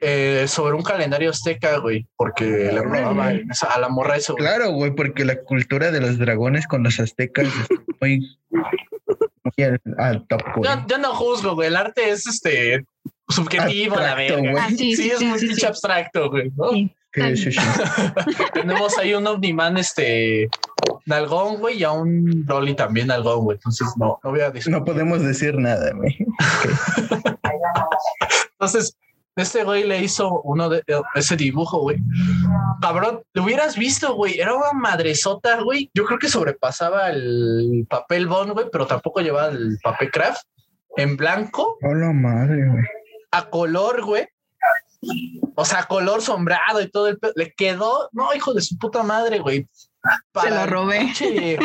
B: eh, sobre un calendario azteca, güey, porque le robaba a la morra eso, güey.
C: Claro, güey, porque la cultura de los dragones con los aztecas es muy, muy al, al top, güey.
B: Yo, yo no juzgo, güey. El arte es este subjetivo, la
C: Abstracto,
B: verga.
C: güey.
A: Ah,
B: Sí,
A: sí, sí,
B: es
A: sí,
B: muy
A: sí,
B: pinche
A: sí.
B: abstracto, güey. ¿no?
A: Sí.
C: Que- sí, sí.
B: Tenemos ahí un Omniman, este, Nalgón, güey, y a un Dolly también Nalgón, güey. Entonces, no, no voy a discutir.
C: No podemos decir nada, güey.
B: Entonces, este güey le hizo uno de eh, ese dibujo, güey. Cabrón, lo hubieras visto, güey. Era una madresota, güey. Yo creo que sobrepasaba el papel bond, güey, pero tampoco llevaba el papel craft. En blanco,
C: Hola, madre, güey.
B: a color, güey. O sea, color sombrado y todo el pe- Le quedó, no, hijo de su puta madre, güey.
A: Se lo
B: Para,
A: robé.
B: pinche,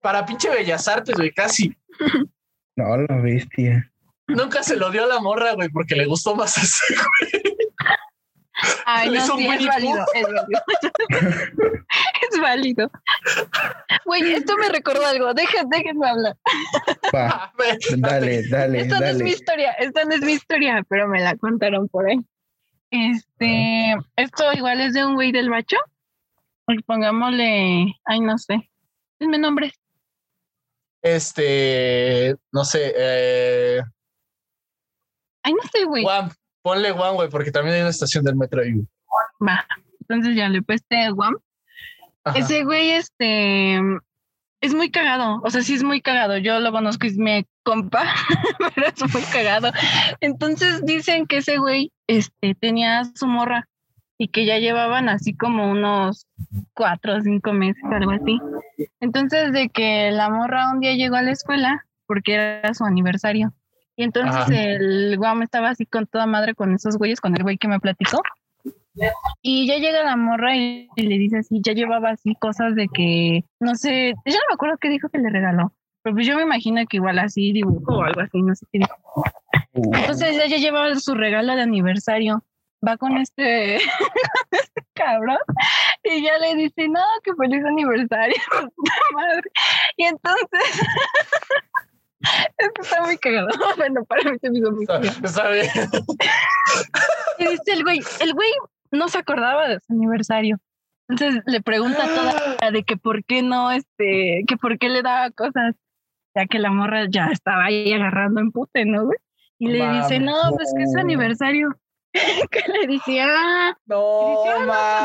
B: para pinche Bellas Artes, güey, casi.
C: No, la bestia.
B: Nunca se lo dio a la morra, güey, porque le gustó más así.
A: Ay, no,
B: Es un
A: sí,
B: Winnie
A: es válido, es válido. es válido. Güey, esto me recordó algo. Deja, déjenme hablar.
C: Va, dale, dale,
A: Esta no es mi
C: dale.
A: historia, esta no es mi historia, pero me la contaron por ahí. Este, esto igual es de un güey del macho. Pues pongámosle, ay, no sé. Dime nombres.
B: Este, no sé, eh,
A: Ay, no sé, güey.
B: Guam, ponle Guam, güey, porque también hay una estación del metro ahí. güey.
A: Va. Entonces ya le puse guam.
B: Ajá.
A: Ese güey, este, es muy cagado. O sea, sí es muy cagado. Yo lo conozco, es mi compa, pero es muy cagado. Entonces dicen que ese güey, este, tenía su morra y que ya llevaban así como unos cuatro o cinco meses, algo así. Entonces, de que la morra un día llegó a la escuela porque era su aniversario. Y entonces
B: Ajá.
A: el guam estaba así con toda madre con esos güeyes, con el güey que me platicó. Y ya llega la morra y, y le dice así, ya llevaba así cosas de que, no sé, ya no me acuerdo qué dijo que le regaló, pero pues yo me imagino que igual así dibujo o algo así, no sé qué dijo.
C: Uh,
A: Entonces ella lleva su regalo de aniversario, va con este, este cabrón y ya le dice, no, que feliz aniversario, puta madre. Y entonces, esto está muy cagado, bueno, para mí se me hizo muy cagado.
B: Está, está bien.
A: Y dice el güey, el güey no se acordaba de su aniversario. Entonces le pregunta a toda la de que por qué no, este, que por qué le daba cosas, ya que la morra ya estaba ahí agarrando en pute, ¿no, güey? Y le dice, no, pues que es su aniversario. que le dice, ah,
B: No,
A: Y dice, "Ah,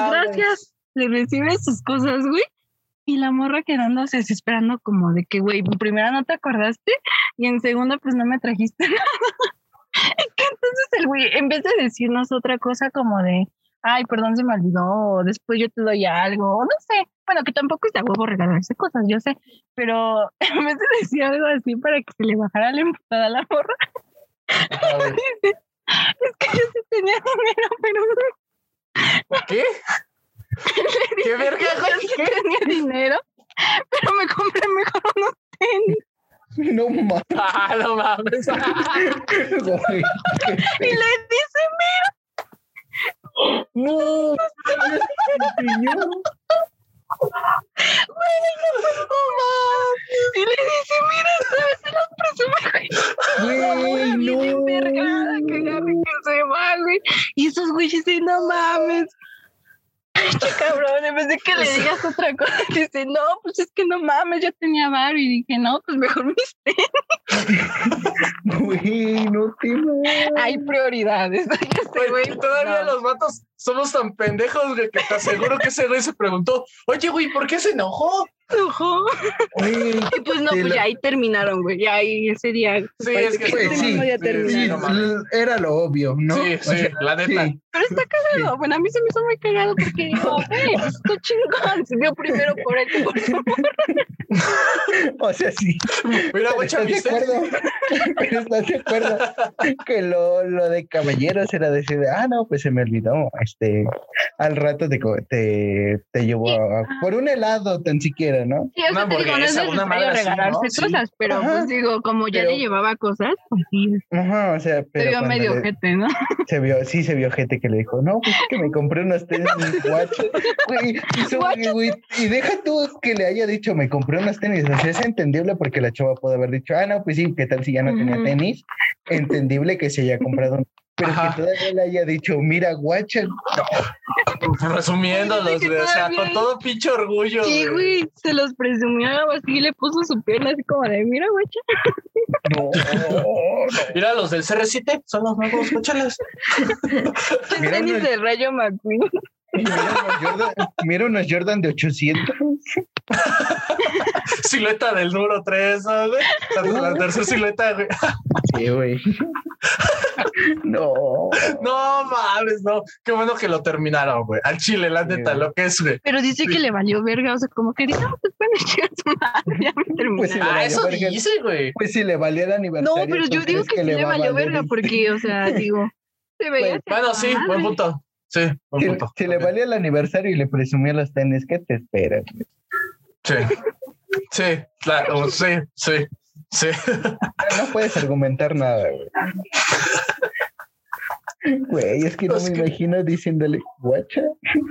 B: mames.
A: gracias. Le recibe sus cosas, güey. Y la morra quedándose así esperando como de que, güey, en primera no te acordaste y en segunda pues no me trajiste nada. que entonces el güey, en vez de decirnos otra cosa como de, ay, perdón, se me olvidó, o después yo te doy algo, o no sé. Bueno, que tampoco es de a huevo regalarse cosas, yo sé. Pero en vez de decir algo así para que se le bajara la emputada a la morra,
B: A ver,
A: es que yo sí tenía dinero, pero
B: ¿Qué? ¿Qué verga, güey?
A: Yo sí tenía dinero, pero me compré mejor unos tenis.
C: No mames,
B: Ah, no mames.
C: güey.
A: Y le dice,
B: No.
A: y le dice, mira, ¿sabes? Se los presume, güey.
C: Güey,
A: Una bien
C: no.
A: envergada, que agarra y que se va, güey. Y esos güeyes dicen, no mames. Ay, qué cabrón, en vez de que le digas otra cosa, dice, no, pues es que no mames, yo tenía bar y dije, no, pues mejor mis tenis.
C: Güey, no te mames.
A: Hay prioridades. Este
B: Güey, todavía
A: no.
B: los vatos somos tan pendejos güey, que te aseguro que ese güey se preguntó, oye, güey, ¿por qué se enojó?
A: se enojó.
C: Güey,
A: Y pues no,
C: Sí,
A: pues
C: la-
A: ya ahí terminaron, güey. Ya ahí ese día.
B: Sí,
A: parece
B: es que
A: que
C: Pues
B: no
C: sí,
B: mames,
A: ya
B: güey,
A: terminé.
C: sí,
B: no mames.
C: l- era lo obvio, ¿no?
B: Sí,
C: O
B: sí,
C: sea,
B: la neta.
C: sí.
A: Pero está cagado. Bueno, a mí se me hizo muy cagado porque digo, güey, tú chingón. Se dio primero por él que por su
C: O sea, sí.
B: Mira,
C: Pero
B: güey,
C: ¿Estás de
B: chapiste.
C: acuerdo? Pero ¿estás de acuerdo? Que lo, lo de caballeros era decir, ah, no, pues se me olvidó. Este, al rato te, co- te, te llevo a- a- por un helado, tan siquiera, ¿no?
A: Sí, o sea,
B: Una
A: te digo, no es
B: hamburguesa, una madre
A: necesario
B: así,
A: regalarse
B: ¿no? Sí.
A: cosas, pero
C: Ajá.
A: pues digo, como ya
C: Pero-
A: le llevaba cosas, pues sí,
C: Ajá, o sea,
A: se
C: pero
A: vio
C: cuando
A: medio
C: le-
A: ojete, ¿no?
C: se vio, sí se vio gente que le dijo, no, pues es que me compré unos tenis guachos, güey, y son-
A: Guachos.
C: güey, y deja tú que le haya dicho, me compré unos tenis, o sea, es entendible porque la chava puede haber dicho, ah, no, pues sí, ¿qué tal si ya no tenía
A: Ujú.
C: tenis? Entendible que se haya comprado un- Pero
B: Ajá.
C: que todavía le haya dicho, mira, guacha,
A: Oye,
B: Resumiéndolos,
A: que
B: güey, o sea,
A: todavía
B: con
A: hay-
B: todo pinche orgullo.
A: Sí, güey, se los presumió así, le puso su pierna así como de, mira, güey,
C: no,
B: Mira, los del CR7 son los nuevos, escúchalos.
C: Mira,
A: tenis
C: no-
A: de rayo McQueen.
C: mira unos Jordan, mira unos Jordan de 800,
B: Silueta del número 3, ¿no, güey? La, la tercera silueta, güey.
C: sí, güey, no,
B: No mames, no. Qué bueno que lo terminaron, güey. Al chile, la neta,
C: Sí.
B: lo que es, güey.
A: Pero dice que le valió verga, o sea, como que dijo, no, pues bueno, chinga su madre, ya me
C: Pues
A: terminé.
C: sí,
B: Ah,
C: valió
B: eso
C: verga.
B: dice, güey.
C: pues si le valía el
A: No,
C: aniversario.
A: pero
C: ¿tú
A: yo digo
C: crees
A: que sí
C: le
A: le
C: va a
A: valió
C: valer
A: verga
C: el-
A: porque, o sea, digo, se veía.
C: Güey,
A: hacia
B: Bueno,
A: la
B: sí,
A: madre.
B: buen punto. Sí, buen
C: Si,
B: punto.
C: si le valía el aniversario y le presumía los tenis, ¿qué te esperas?
B: Sí. Sí, claro, sí, sí, sí.
C: No puedes argumentar nada, güey. Güey, es que no
B: Es
C: me
B: que-
C: imagino diciéndole, guacha.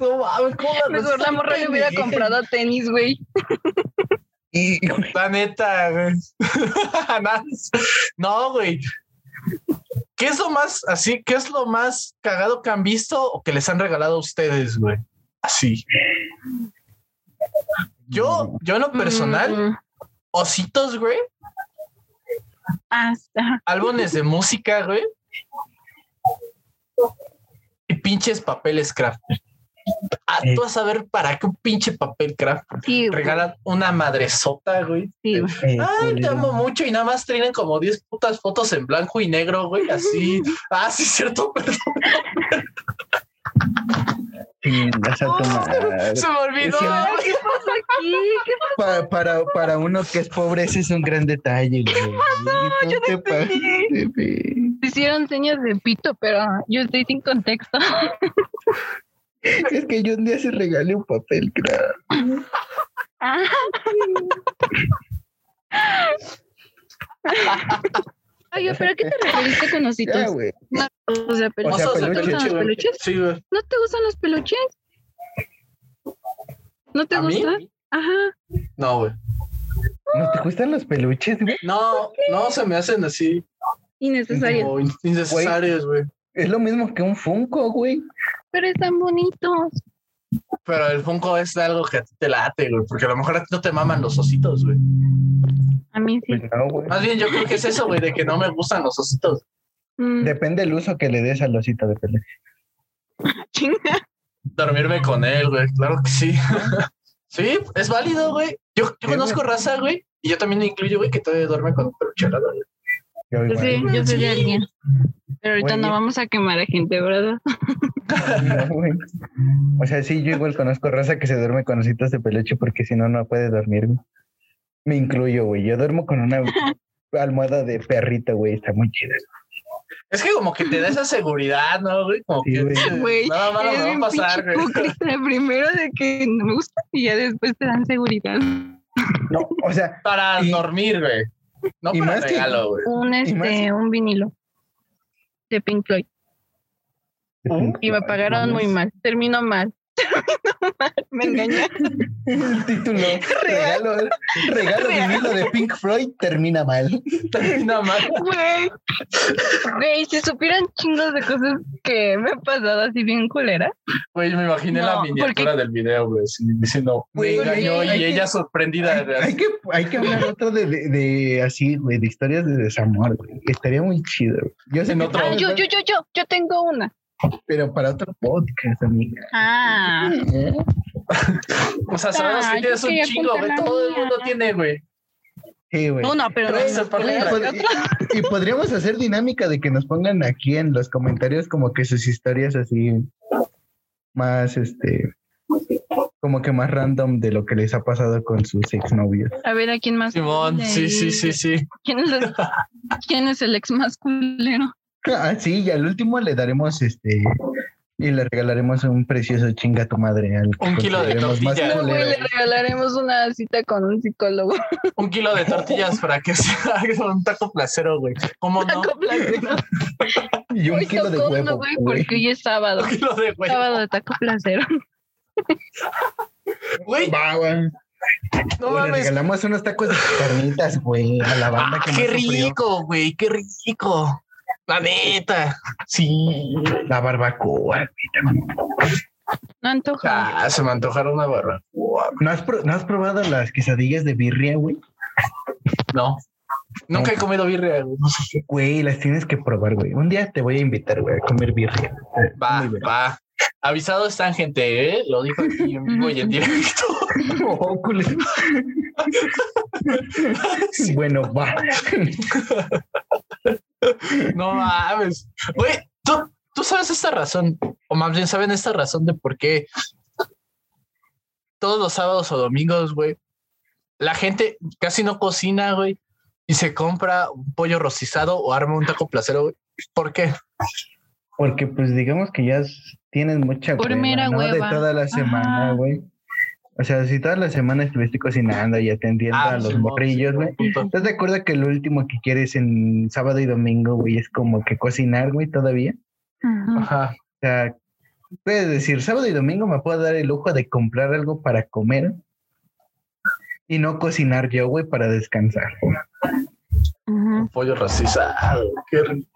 B: No mames, ¿cómo la
A: Mejor la
B: raza
A: morra le
B: tan
A: hubiera
B: pendeja?
A: comprado tenis, güey.
C: Y, y-
B: La neta, güey. no, güey. ¿Qué es lo más así? ¿Qué es lo más cagado que han visto o que les han regalado a ustedes, güey? Así. Yo, yo en lo personal,
A: Mm.
B: ositos, güey,
A: Ah, ajá.
B: álbumes de música, güey. Y pinches papeles craft. Ah, tú vas a ver para qué un pinche papel craft.
A: Sí, güey,
B: Regalan una madresota, güey.
A: sí, güey.
B: Ay, te
C: eh, culero.
B: amo mucho y nada más tienen como 10 putas fotos en blanco y negro, güey, así. Ah, sí, cierto, perdón.
C: Chingas a tu madre.
B: Se me olvidó.
C: Sí.
A: ¿Qué pasó aquí? ¿Qué
C: Pa- para, para uno que es pobre, ese es un gran detalle, güey. Y no te
A: pasó?
C: pases de ver.
A: Te Hicieron señas de pito, pero yo estoy sin contexto.
C: Es que yo un día se regalé un papel, claro.
A: Ah, Ay, pero ¿qué te referiste con ositos?
C: Ya, güey.
A: O sea, pero
C: O sea,
B: Osos de
C: peluches.
B: peluche, güey.
A: ¿Peluches?
B: Sí, güey.
A: ¿No te gustan los peluches? ¿No te
B: ¿A mí?
A: gustan? Ajá.
B: No, güey.
C: ¿No te gustan los peluches, güey?
B: No, no se me hacen así
A: Innecesarios.
B: como in- innecesarios, güey.
C: Es lo mismo que un Funko, güey.
A: Pero están bonitos.
B: Pero el Funko es algo que a ti te late, güey, porque a lo mejor a ti no te maman los ositos, güey.
A: A mí sí.
C: Pues no, güey.
B: Más bien yo creo que es eso, güey, de que no me gustan los ositos.
A: Mm,
C: Depende el uso que le des al osito de peluche.
A: chinga.
B: Dormirme con él, güey, claro que sí. sí, es válido, güey. Yo, yo
C: güey.
B: conozco raza, güey, y yo también incluyo, güey, que todavía duerme con un peluche al lado, güey.
C: Yo
A: Yo
C: igual.
A: Pues sí, yo soy de alguien. Pero ahorita
C: Güey.
A: no vamos a quemar a gente, ¿verdad?
C: No, güey. O sea, sí, yo igual conozco raza que se duerme con ositos de peluche porque si no, no puede dormir, güey. Me incluyo, güey. Yo duermo con una almohada de perrito, güey. Está muy chida.
B: Es que como que te da esa seguridad, ¿no, güey? Como
C: Sí,
B: que
C: güey.
B: dices,
A: Güey,
B: nada malo
A: eres
B: me
A: bien
B: va a pasar,
A: pinche
B: güey.
A: hipócrita. Primero de que no me gusta y ya después te dan seguridad.
C: No, o sea,
B: Para
C: Y-
B: dormir, güey. No
C: y
B: para
C: más que-
B: regalo, güey.
A: Un
C: más-
A: este, un vinilo de Pink Floyd. Y me pagaron muy mal. Termino mal. Termino mal. Me engañé.
C: El título, regalo, regalo
A: Real.
C: vinilo de Pink Floyd termina mal.
B: Nada más.
A: Güey. Güey, si supieran chingos de cosas que me han pasado así bien culera.
B: Güey, me imaginé la
A: No,
B: miniatura del video, güey, así, diciendo, me
C: Güey,
B: engañó
A: güey,
B: y
C: hay
B: ella
C: que-
B: sorprendida.
C: Hay,
B: güey,
C: hay
B: así.
C: que, hay que hablar otro de, de, de así, güey, de historias de desamor, güey. Estaría muy chido. güey. Yo sé
B: En
C: que-
B: otro-
A: Ah, yo, yo, yo, yo, yo tengo una.
C: Pero para otro podcast, amiga.
A: Ah.
C: ¿Eh?
B: O sea, sabemos
A: Ay,
B: que
A: yo
B: tienes un
A: quería
B: chingo,
A: contar
B: güey.
A: la
B: Todo el
A: mía.
B: mundo tiene, güey.
C: Sí, güey.
A: Una, pero
B: Pero
A: no,
B: eso, por
A: no,
C: Y,
B: ejemplo,
A: no,
C: pod- y- y podríamos hacer dinámica de que nos pongan aquí en los comentarios como que sus historias así más este como que más random de lo que les ha pasado con sus exnovios.
A: A ver, ¿a quién más?
B: Simón,
A: De
B: sí, sí,
A: ahí.
B: sí, sí.
A: ¿Quién es, el- quién es el ex más culero?
C: Ah, sí, y al último le daremos este y le regalaremos un precioso chinga tu madre al que
B: Un kilo de
C: consideremos más
B: tortilla.
A: No, güey, le
C: culero.
A: regalaremos una cita con un psicólogo.
B: Un kilo de tortillas para que sea un taco placero, güey. ¿Cómo no?
A: Taco placero.
C: Y un
A: Hoy
C: kilo de
A: tocó uno,
C: huevo.
A: güey,
C: güey.
A: porque hoy es sábado.
B: Un kilo de, güey.
A: Sábado de taco placero.
B: Güey,
C: Va, güey.
B: no
C: Y
A: pues,
C: le
B: mames.
C: regalamos unos tacos de carnitas, güey, a la banda
B: Ah,
C: que
B: qué
C: más sufrió.
B: rico, güey, qué rico. La neta. Sí.
C: La barbacoa.
A: No antoja.
B: Ah, se me antojaron una barbacoa.
C: ¿No has, pro- no has probado las quesadillas de birria, güey?
B: No. Nunca he comido birria. güey.
C: Güey, las tienes que probar, güey. Un día te voy a invitar, güey, a comer birria.
B: Va,
C: Muy bien.
B: va. Avisado están, gente, ¿eh? Lo dijo aquí en vivo y en directo.
C: Oh, culero. Bueno, va.
B: No mames. Güey, ¿tú, tú sabes esta razón, o más bien saben esta razón de por qué todos los sábados o domingos, güey, la gente casi no cocina, güey, y se compra un pollo rostizado o arma un taco placero, güey. ¿Por qué?
C: Porque pues digamos que ya s- tienes mucha
A: Por
C: hueva,
A: mera
C: ¿no? de
A: hueva.
C: toda la
A: Ajá.
C: semana, güey. O sea, si toda la semana estuviste cocinando y atendiendo
B: Ah,
C: a los
B: Simón,
C: morrillos,
B: Simón,
C: güey.
B: punto.
C: ¿Estás de acuerdo que lo último que quieres en sábado y domingo, güey, es como que cocinar, güey, todavía?
A: Ujú.
B: Ajá.
C: O sea, puedes decir, sábado y domingo me puedo dar el lujo de comprar algo para comer y no cocinar yo, güey, para descansar.
B: Un
A: Ujú.
B: pollo racizado. Qué rico.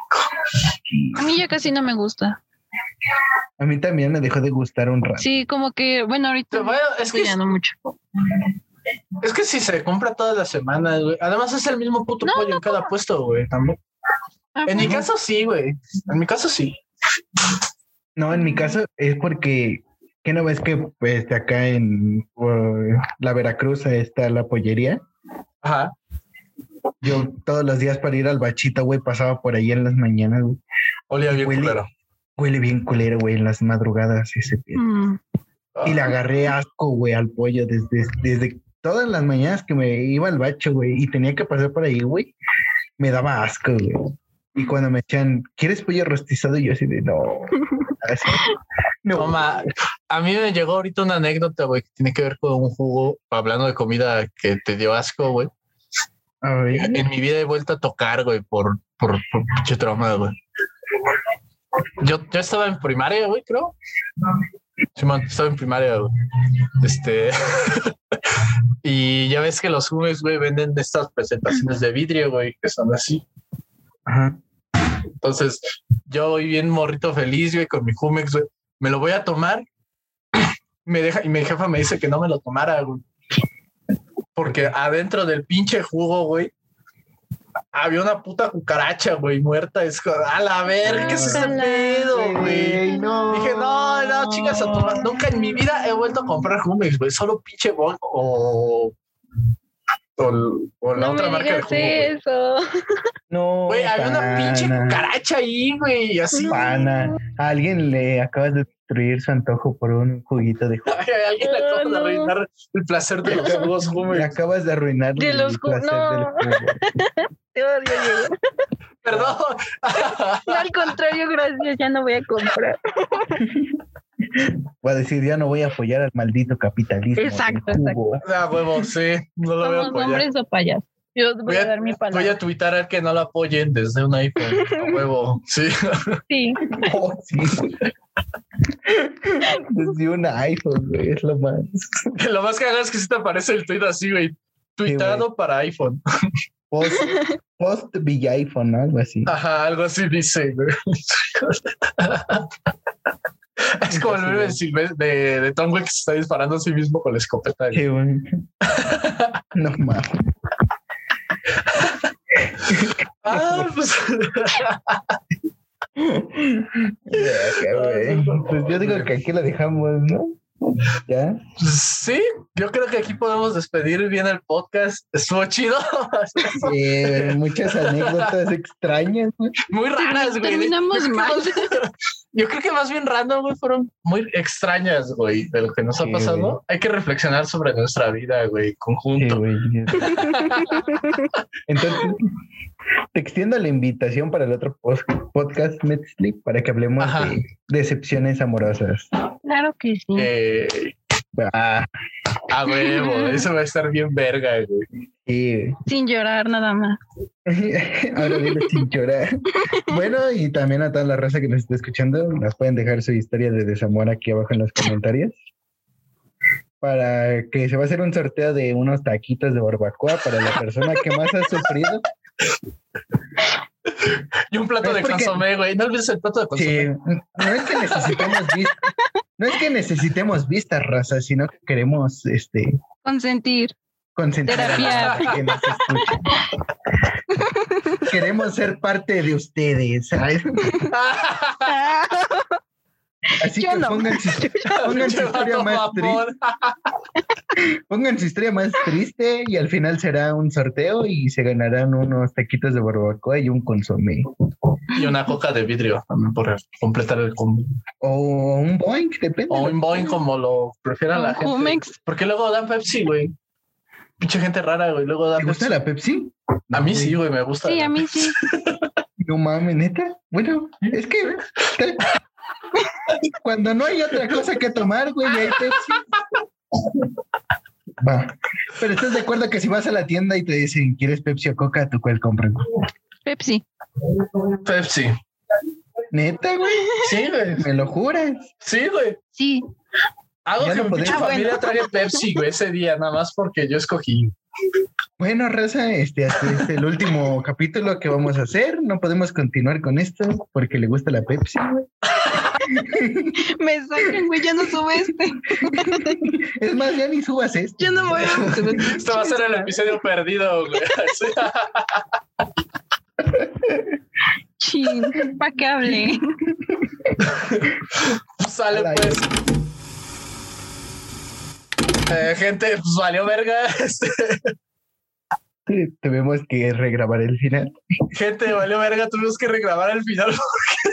A: A mí ya casi no me gusta.
C: A mí también me dejó de gustar un rato.
A: Sí, como que, bueno, ahorita
B: Te voy a- es, que,
A: ya no mucho.
B: es que si se compra todas las semanas, güey. Además es el mismo puto
A: No,
B: pollo en cada puesto, güey. Tampoco.
A: Ah,
B: En mi
A: bueno.
B: caso sí, güey. En mi caso sí.
C: No, en mi caso es porque, ¿qué no ves que pues, acá en por la Veracruz ahí está la pollería?
B: Ajá.
C: Yo todos los días para ir al bachito, güey, pasaba por ahí en las mañanas, güey.
B: Olía bien
C: Huele.
B: culero.
C: Huele bien culero, güey, en las madrugadas ese pedo.
A: Mm.
B: Ah,
C: Y le agarré asco, güey, al pollo desde, desde todas las mañanas que me iba al bacho, güey, y tenía que pasar por ahí, güey. Me daba asco, güey. Y cuando me decían, ¿quieres pollo rostizado? Y yo así de, no. Así, no.
B: no, ma, a mí me llegó ahorita una anécdota, güey, que tiene que ver con un jugo, hablando de comida que te dio asco, güey.
C: A
A: Eh,
C: ver,
B: En mi vida he vuelto a tocar, güey, por, por, por pinche trauma, güey. Yo, yo estaba en primaria, güey, creo. Simón, estaba en primaria, güey. Este. y ya ves que los jugos, güey, venden de estas presentaciones de vidrio, güey, que son así.
C: ajá.
B: Entonces, yo voy bien morrito feliz, güey, con mi Jumex, güey. Me lo voy a tomar. Me deja, y mi jefa me dice que no me lo tomara, güey. Porque adentro del pinche jugo, güey, había una puta cucaracha, güey, muerta. Es como, a la ver, ¿qué es ese
A: Guácala.
B: pedo, güey?
C: Güey, no.
B: Dije, no, no, chicas, a tomar. Nunca en mi vida he vuelto a comprar Jumex, güey. Solo pinche Bon o. O, o la
A: no
B: otra
A: me
B: marca de
A: digas
B: jugo. güey.
A: eso.
C: No.
B: Güey, había una pinche
C: pana,
B: cucaracha ahí, güey, y así.
C: pana. A alguien le acabas de destruir su antojo por un juguito de jugo.
B: Alguien le acaba de arruinar el placer de los jugos,
C: Le
B: Jumex.
C: acabas de arruinar
A: De los
C: el
A: ju-
C: placer
A: no.
C: del jugo.
A: Te odio, Diego.
B: Perdón.
A: No, al contrario, gracias, ya no voy a comprar.
C: Voy a decir, ya no voy a apoyar al maldito capitalismo. del
A: Exacto,
C: jugo.
B: Ah, huevo, sí. No lo voy a
A: Somos
B: apoyar.
A: hombres o payas. Yo voy
B: Voy
A: a
B: a,
A: dar mi
B: voy
A: palabra.
B: a tuitar al que no lo apoyen desde un iPhone. A huevo, sí.
A: Sí.
C: Oh, sí, güey. Desde un iPhone, güey, es lo más.
B: Lo más que hagas es que sí te aparece el tweet así, güey. Tuitado para iPhone.
C: Post, post Villa iPhone, ¿no? algo así.
B: Ajá, algo así dice, güey. Es como el meme de, Silve- de, de Tom Hanks que se está disparando a sí mismo con la escopeta.
C: Sí, güey. No mames.
B: Ah, pues.
C: Verga, güey. Pues yo digo que aquí la dejamos, ¿no? Ya.
B: Pues Sí, yo creo que aquí podemos despedir bien el podcast. Estuvo chido.
C: Sí, güey, Eh, muchas anécdotas extrañas, güey.
B: Muy raras, güey.
A: Terminamos
B: Yo creo que
A: mal.
B: más- Yo creo que más bien random, güey, fueron muy extrañas, güey, de lo que nos ha
C: Sí,
B: pasado.
C: güey.
B: Hay que reflexionar sobre nuestra vida, güey,
C: Sí,
B: conjunto.
C: güey. Entonces, te extiendo la invitación para el otro pos- podcast Netflix para que hablemos
B: Ajá.
C: de decepciones amorosas.
A: Claro que sí.
B: Eh,
C: Ah,
B: a huevo, eso va a estar bien verga, güey.
C: sí.
A: Sin llorar nada más.
C: Ahora dile sin llorar. Bueno, y también a toda la raza que nos está escuchando, nos pueden dejar su historia de desamor aquí abajo en los comentarios. Para que se va a hacer un sorteo de unos taquitos de barbacoa para la persona que más ha sufrido.
B: Y un plato
C: Es
B: de
C: porque-
B: consomé, güey. No olvides el plato de consomé.
C: Sí, no es que necesitemos vistas, no es que necesitemos vistas, raza, sino que queremos este
A: Consentir.
C: concentrar a la
A: Terapia.
C: raza que nos escucha. Queremos ser parte de ustedes, ¿sabes?
A: Ah.
C: Así
A: Yo
C: que
A: no.
C: pongan sus, pongan su
B: Pinche
C: historia
B: vato
C: más
B: mamón.
C: pongan su historia más triste y al final será un sorteo y se ganarán unos taquitos de barbacoa y un consomé.
B: Y una coca de vidrio también por completar el combo.
C: O un boing, depende.
B: O un Boeing, como lo prefiera la
A: Con
B: gente.
A: Jumex.
B: Porque luego dan Pepsi, güey. Pinche gente rara, güey. Luego dan
C: ¿Te gusta
B: Pepsi.
C: la Pepsi?
B: A mí sí, güey, me gusta.
A: Sí,
B: la
A: a mí sí.
C: No mames, neta. Bueno, es que te- cuando no hay otra cosa que tomar, güey, y hay Pepsi. Va. Pero estás de acuerdo que si vas a la tienda y te dicen, ¿quieres Pepsi o Coca? ¿Tú cuál compras?
A: Pepsi.
B: Pepsi.
C: Neta, güey.
B: Sí, güey.
C: Me lo juras.
B: Sí, güey.
A: Sí.
B: Hago
C: Ya
B: que
C: no
B: mi
C: podemos.
B: pinche
A: Ah, bueno.
B: familia trague Pepsi, güey, ese día, nada más porque yo escogí.
C: Bueno, Rosa, este, hasta es el último capítulo que vamos a hacer. No podemos continuar con esto porque le gusta la Pepsi.
A: Me sacan, güey. Ya no sube este.
C: Es más, ya ni subas esto.
A: Ya no voy a subir.
B: Este va a ser el episodio perdido, güey. Sí.
A: Chin. ¿Para qué hablé?
B: Sale
C: Ala,
B: pues. Eh, gente, pues valió verga. Este,
C: Sí, Tuvimos que regrabar el final.
B: gente, valió verga. Tuvimos que regrabar el final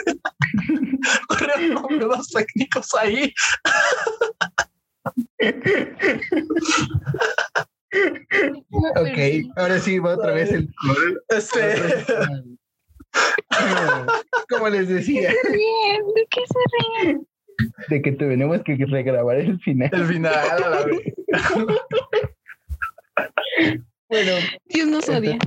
B: porque corrieron problemas técnicos ahí.
C: Ok, ahora sí va otra vez el.
B: Este,
C: Como les decía,
A: Bien. ¿De qué se ríen?
C: de que tenemos que regrabar el final.
B: el final. a la verga.
C: Bueno,
A: Dios nos odia.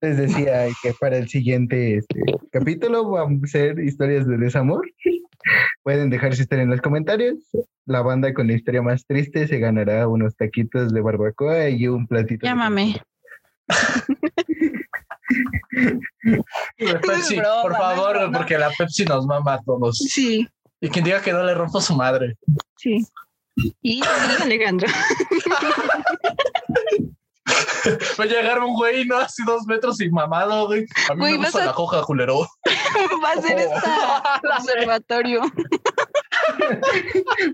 C: les decía que para el siguiente este, capítulo vamos a hacer historias de desamor. Pueden dejar su historia en los comentarios. La banda con la historia más triste se ganará unos taquitos de barbacoa y un platito. de-
A: Llámame.
B: Pepsi,
A: broma,
B: por
A: no es
B: favor, güey,
A: broma.
B: porque la Pepsi nos mama a todos.
A: Sí,
B: Y quien diga que no le rompo su madre.
A: sí. Y Alejandro.
B: Va a llegar un güey, ¿no? Así dos metros y mamado, güey. A mí
A: Güey,
B: me
A: vas
B: gusta
A: a-
B: la joja, culero.
A: Va a ser esta observatorio.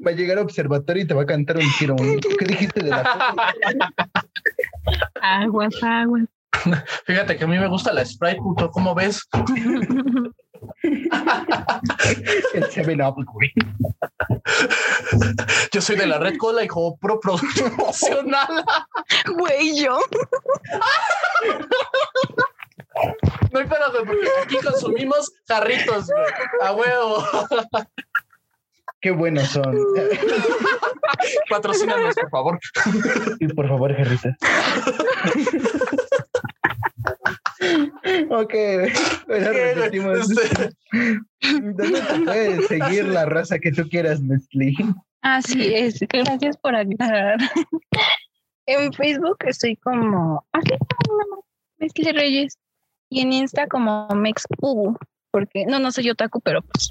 C: Va a llegar observatorio y te va a cantar un tiro. ¿Qué dijiste de la foto?
A: Aguas, aguas.
B: Fíjate que a mí me gusta la Sprite, puto. ¿Cómo ves?
C: El 7-Up, güey.
B: Yo soy de la Red Cola, hijo, pro promocional.
A: Güey, yo.
B: No hay pedo, güey, porque aquí consumimos jarritos, güey. A huevo.
C: Qué buenos son.
B: Patrocínanos, por favor.
C: Y por favor, Jarrita. ok, bueno, repetimos.
B: Este,
C: ¿Dónde te puede seguir la raza que tú quieras, Nestlé?
A: Así Ah, es. Gracias por aclarar. En Facebook estoy como ah, así, nada más, Mesli Reyes. Y en Insta como Mex Ubu. Porque no, no soy otaku, pero pues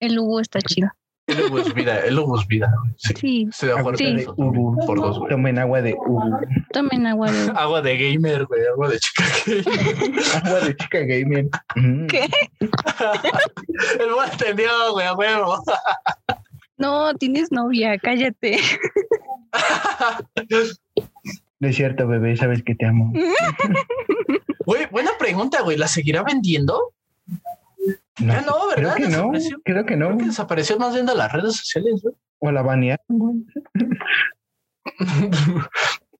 A: el Ubu está chido.
B: El lobo es vida, el lobo es vida. güey. Sí.
A: Sí,
B: Estoy de acuerdo
A: Sí.
B: con
C: de
B: eso.
C: Ubu.
B: Por dos, güey.
C: Tomen agua de Ubu.
A: tomen agua de
B: Agua de gamer, güey. Agua de chica gamer.
C: Agua de chica gamer. Mm.
A: ¿Qué?
B: El buen entendió, güey, a huevo.
A: No, tienes novia, cállate.
C: No es cierto, bebé, sabes que te amo.
B: Güey, buena pregunta, güey. ¿La seguirá vendiendo?
C: No,
B: Ya Ah, no,
C: creo
B: ¿verdad?
C: que no,
B: Desapareció.
C: creo que no.
B: Creo que desapareció más bien de las redes sociales, güey.
C: O la banearon. güey.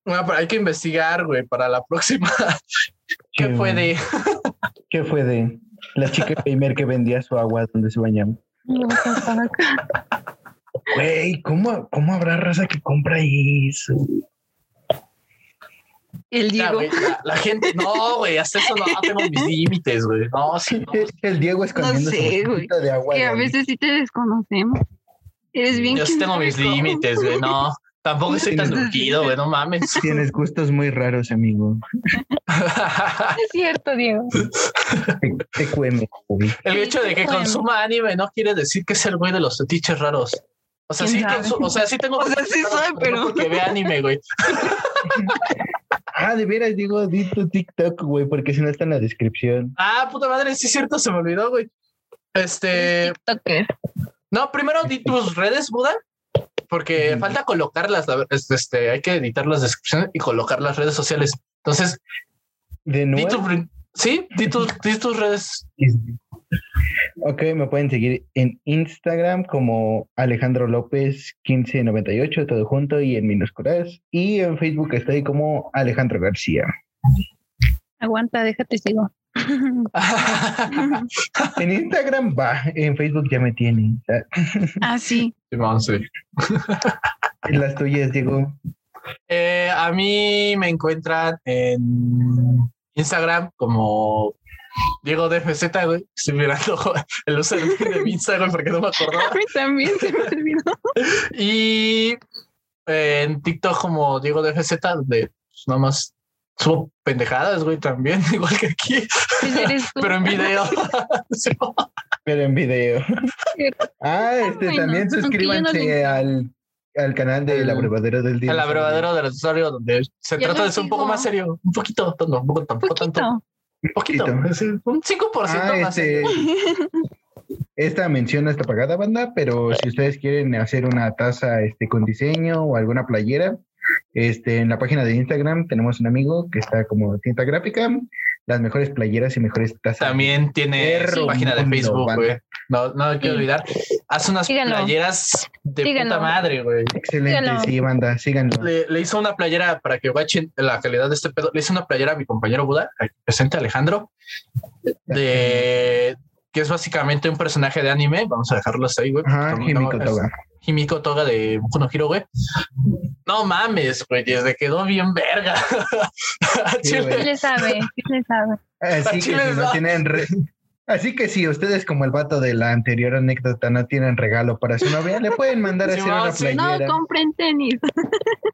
B: Bueno, pero hay que investigar, güey, para la próxima. ¿Qué
C: Sí,
B: fue de
C: ¿Qué fue de la chica gamer que vendía su agua donde se bañaba? Güey, ¿cómo, ¿cómo habrá raza que compra eso?
A: El
B: Ya,
A: Diego.
B: güey, la, la gente, no, güey, hasta eso no, no tengo mis límites, güey. No, sí, no.
C: El Diego escondiendo
A: sé,
C: su
A: güey.
C: botellita de agua.
A: Que
C: de
A: a
C: ahí.
A: veces sí te desconocemos. Eres bien.
B: Yo sí tengo mis
A: quinótico.
B: límites, güey, no. Tampoco soy tan urgido, güey, no mames.
C: Tienes gustos muy raros, amigo.
A: Es cierto, Diego.
C: TQM. güey.
B: El hecho de que consuma anime no quiere decir que es el güey de los fetiches raros. O sea, sí,
A: ¿Quién sabe?
B: consu- o sea, sí tengo
A: O sea, sí
B: fetiches
A: soy,
B: raros,
A: pero-
B: no Porque ve anime, güey.
C: Ah, de veras, Diego, di tu TikTok, güey, porque si no está en la descripción.
B: Ah, puta madre, sí es cierto, se me olvidó, güey. Este,
A: Toque.
B: no, primero di tus redes, Buda, porque
C: Ujú.
B: falta colocarlas, la ver- este, este, hay que editar las descripciones y colocar las redes sociales. Entonces,
C: De
B: Di
C: nuevo.
B: tu prin- sí, di, tus- di tus redes.
C: Ok, me pueden seguir en Instagram como Alejandro López 1598, todo junto y en minúsculas. Y en Facebook estoy como Alejandro García.
A: Aguanta, déjate sigo.
C: En Instagram va, en Facebook ya me tienen.
A: Así.
B: Simón, sí.
C: Las tuyas, Diego.
B: Eh, a mí me encuentran en Instagram como Diego DFZ, güey. Estoy mirando el username de mi Instagram porque no me
A: A
B: acordaba.
A: mí también se me olvidó.
B: Y eh, en TikTok como Diego DFZ, donde pues, nada más subo pendejadas, güey, también, igual que aquí,
A: Pues eres tú.
B: pero en video. Sí.
C: Pero en video. Ah, este también
A: bueno, aunque yo no
C: suscríbanse
A: lo
C: al, al canal de La
B: Al-
C: Brevadera del Día.
B: A la brevadera del usuario, donde se
A: Yo
B: trata
A: lo
B: de ser un
A: sigo.
B: poco más serio, un poquito, no, tampoco, tampoco tanto,
A: Poquito.
B: un poquito,
C: Poquito.
B: sí, un 5%
C: Ah,
B: más ¿eh?
C: este,
B: serio.
C: esta mención no está pagada, banda, pero si ustedes quieren hacer una taza este, con diseño o alguna playera, este, en la página de Instagram tenemos un amigo que está como tinta gráfica, las mejores playeras y mejores tazas.
B: También tiene
C: Perro
B: su página de
C: mundo,
B: Facebook,
C: banda.
B: güey. No, no hay que
A: Sí.
B: olvidar. Hace unas
A: Síganlo.
B: playeras de
A: Síganlo.
B: puta madre, güey.
C: Excelente,
A: Síganlo.
C: sí, banda, síganlo.
B: le, le hizo una playera para que guachen la calidad de este pedo. Le hizo una playera a mi compañero Buda, aquí presente Alejandro, de que es básicamente un personaje de anime. Vamos a dejarlo hasta ahí, güey.
C: Ajá,
B: porque no- no-
C: Jimiko
B: es
C: Toga.
B: Himiko Toga de Boku no Hero, güey. No mames, güey, desde quedó bien verga. Al
C: Sí,
B: chile,
A: ¿Quién le sabe? ¿Quién le sabe?
C: Así que,
B: chiles,
C: si no
B: ¿no?
C: tienen re- Así que si ustedes, como el vato de la anterior anécdota, no tienen regalo para su novia, le pueden mandar a hacer
B: Simón,
C: una
B: sí.
A: No,
C: playera.
A: compren tenis.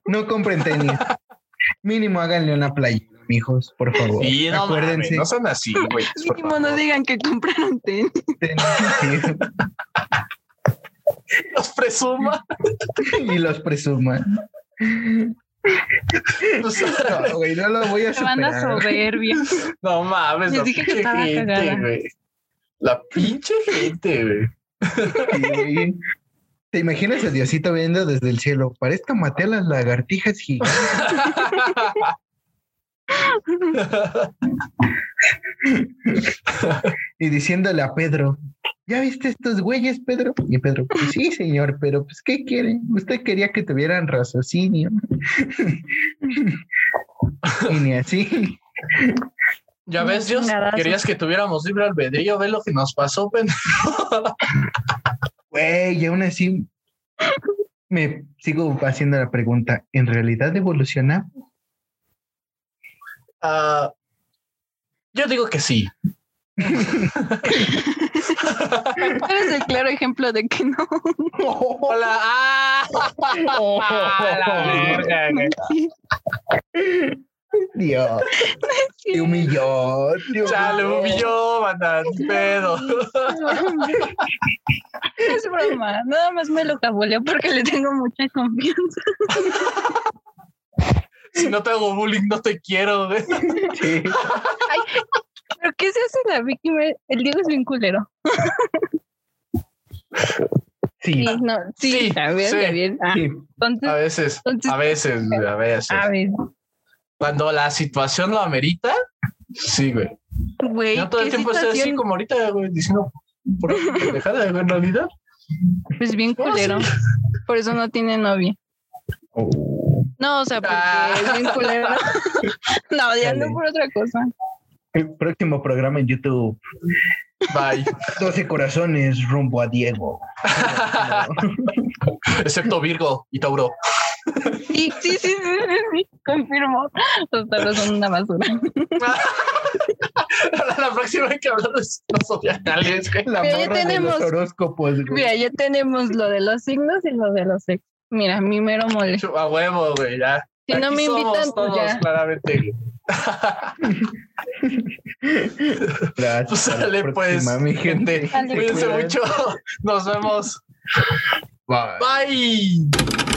C: No compren tenis. Mínimo háganle una playera, mijos, por favor.
B: Sí, no, mames,
C: Acuérdense.
B: no son así, güey. por
A: Mínimo no
B: favor.
A: digan que compraron tenis.
C: tenis,
B: Los presuma.
C: sí, y los presuma.
B: O sea,
C: No, güey, no lo voy a
A: Se van a
C: superar.
A: soberbia.
B: no mames,
A: Les
B: la
A: dije que
B: pinche
A: estaba
B: gente,
A: cagada.
B: güey. La pinche gente, güey.
C: Sí. ¿Te imaginas a Diosito viendo desde el cielo? Parezco maté a las lagartijas gigantes. y diciéndole a Pedro, ¿ya viste estos güeyes, Pedro? Y Pedro, "Pues sí, señor, pero pues, ¿qué quieren? Usted quería que tuvieran raciocinio. y ni así.
B: Ya ves, Dios,
A: Chingadazos.
B: querías que tuviéramos libre albedrío, ve lo que nos pasó, pendejo.
C: Güey, y aún así me sigo haciendo la pregunta, ¿en realidad evoluciona?
B: Ah, yo digo que sí.
A: Eres el claro ejemplo de que no.
B: Hola. ¡Ah! la verga, güey.
C: Dios, te humilló. te
B: Chale, humilló, banda, ni pedo.
A: Es broma, nada más me lo caboleo porque le tengo mucha confianza.
B: Si no te hago bullying, no te quiero, güey.
C: Sí.
A: ¿Pero qué se hace la víctima? El Diego es bien culero.
C: Sí,
A: no,
B: Sí,
A: sí, también,
B: sí.
A: también. Ah,
B: A
C: sí.
A: entonces,
B: veces, a veces, güey, a veces.
A: a ver,
B: Cuando la situación lo amerita, sí, güey.
A: güey,
B: No todo el
A: qué
B: tiempo estoy así
A: situación,
B: como ahorita, güey, diciendo por pendejada, güey, en realidad.
A: pues bien culero. Por eso no tiene novia.
C: Oh.
A: No, o sea, porque
B: Ah.
A: es bien culero. No, ya no
C: Dale.
A: por otra cosa.
C: El próximo programa en YouTube.
B: Bye.
C: 12 corazones rumbo a Diego.
B: Excepto Virgo y Tauro.
A: Sí, sí, sí, sí, sí, sí, confirmo. Los perros son una basura.
B: Para la próxima hay que hablar de signos zodiacales, güey.
C: La
A: Pero ya
C: morra de los
A: tenemos-
C: horóscopos, güey.
A: Mira, ya tenemos lo de los signos y lo de los sexos. Mira, mi mero mole.
B: A huevo, güey, ya.
A: Si no
B: Aquí
A: me
B: somos
A: invitan, pues
B: todos,
A: ya.
B: claramente. güey.
C: Gracias.
B: Pues
C: Hasta la
B: sale, pues,
C: próxima, mi gente.
A: Dale.
B: Cuídense
C: cuidan.
B: mucho. Nos vemos.
C: Bye.
B: Bye.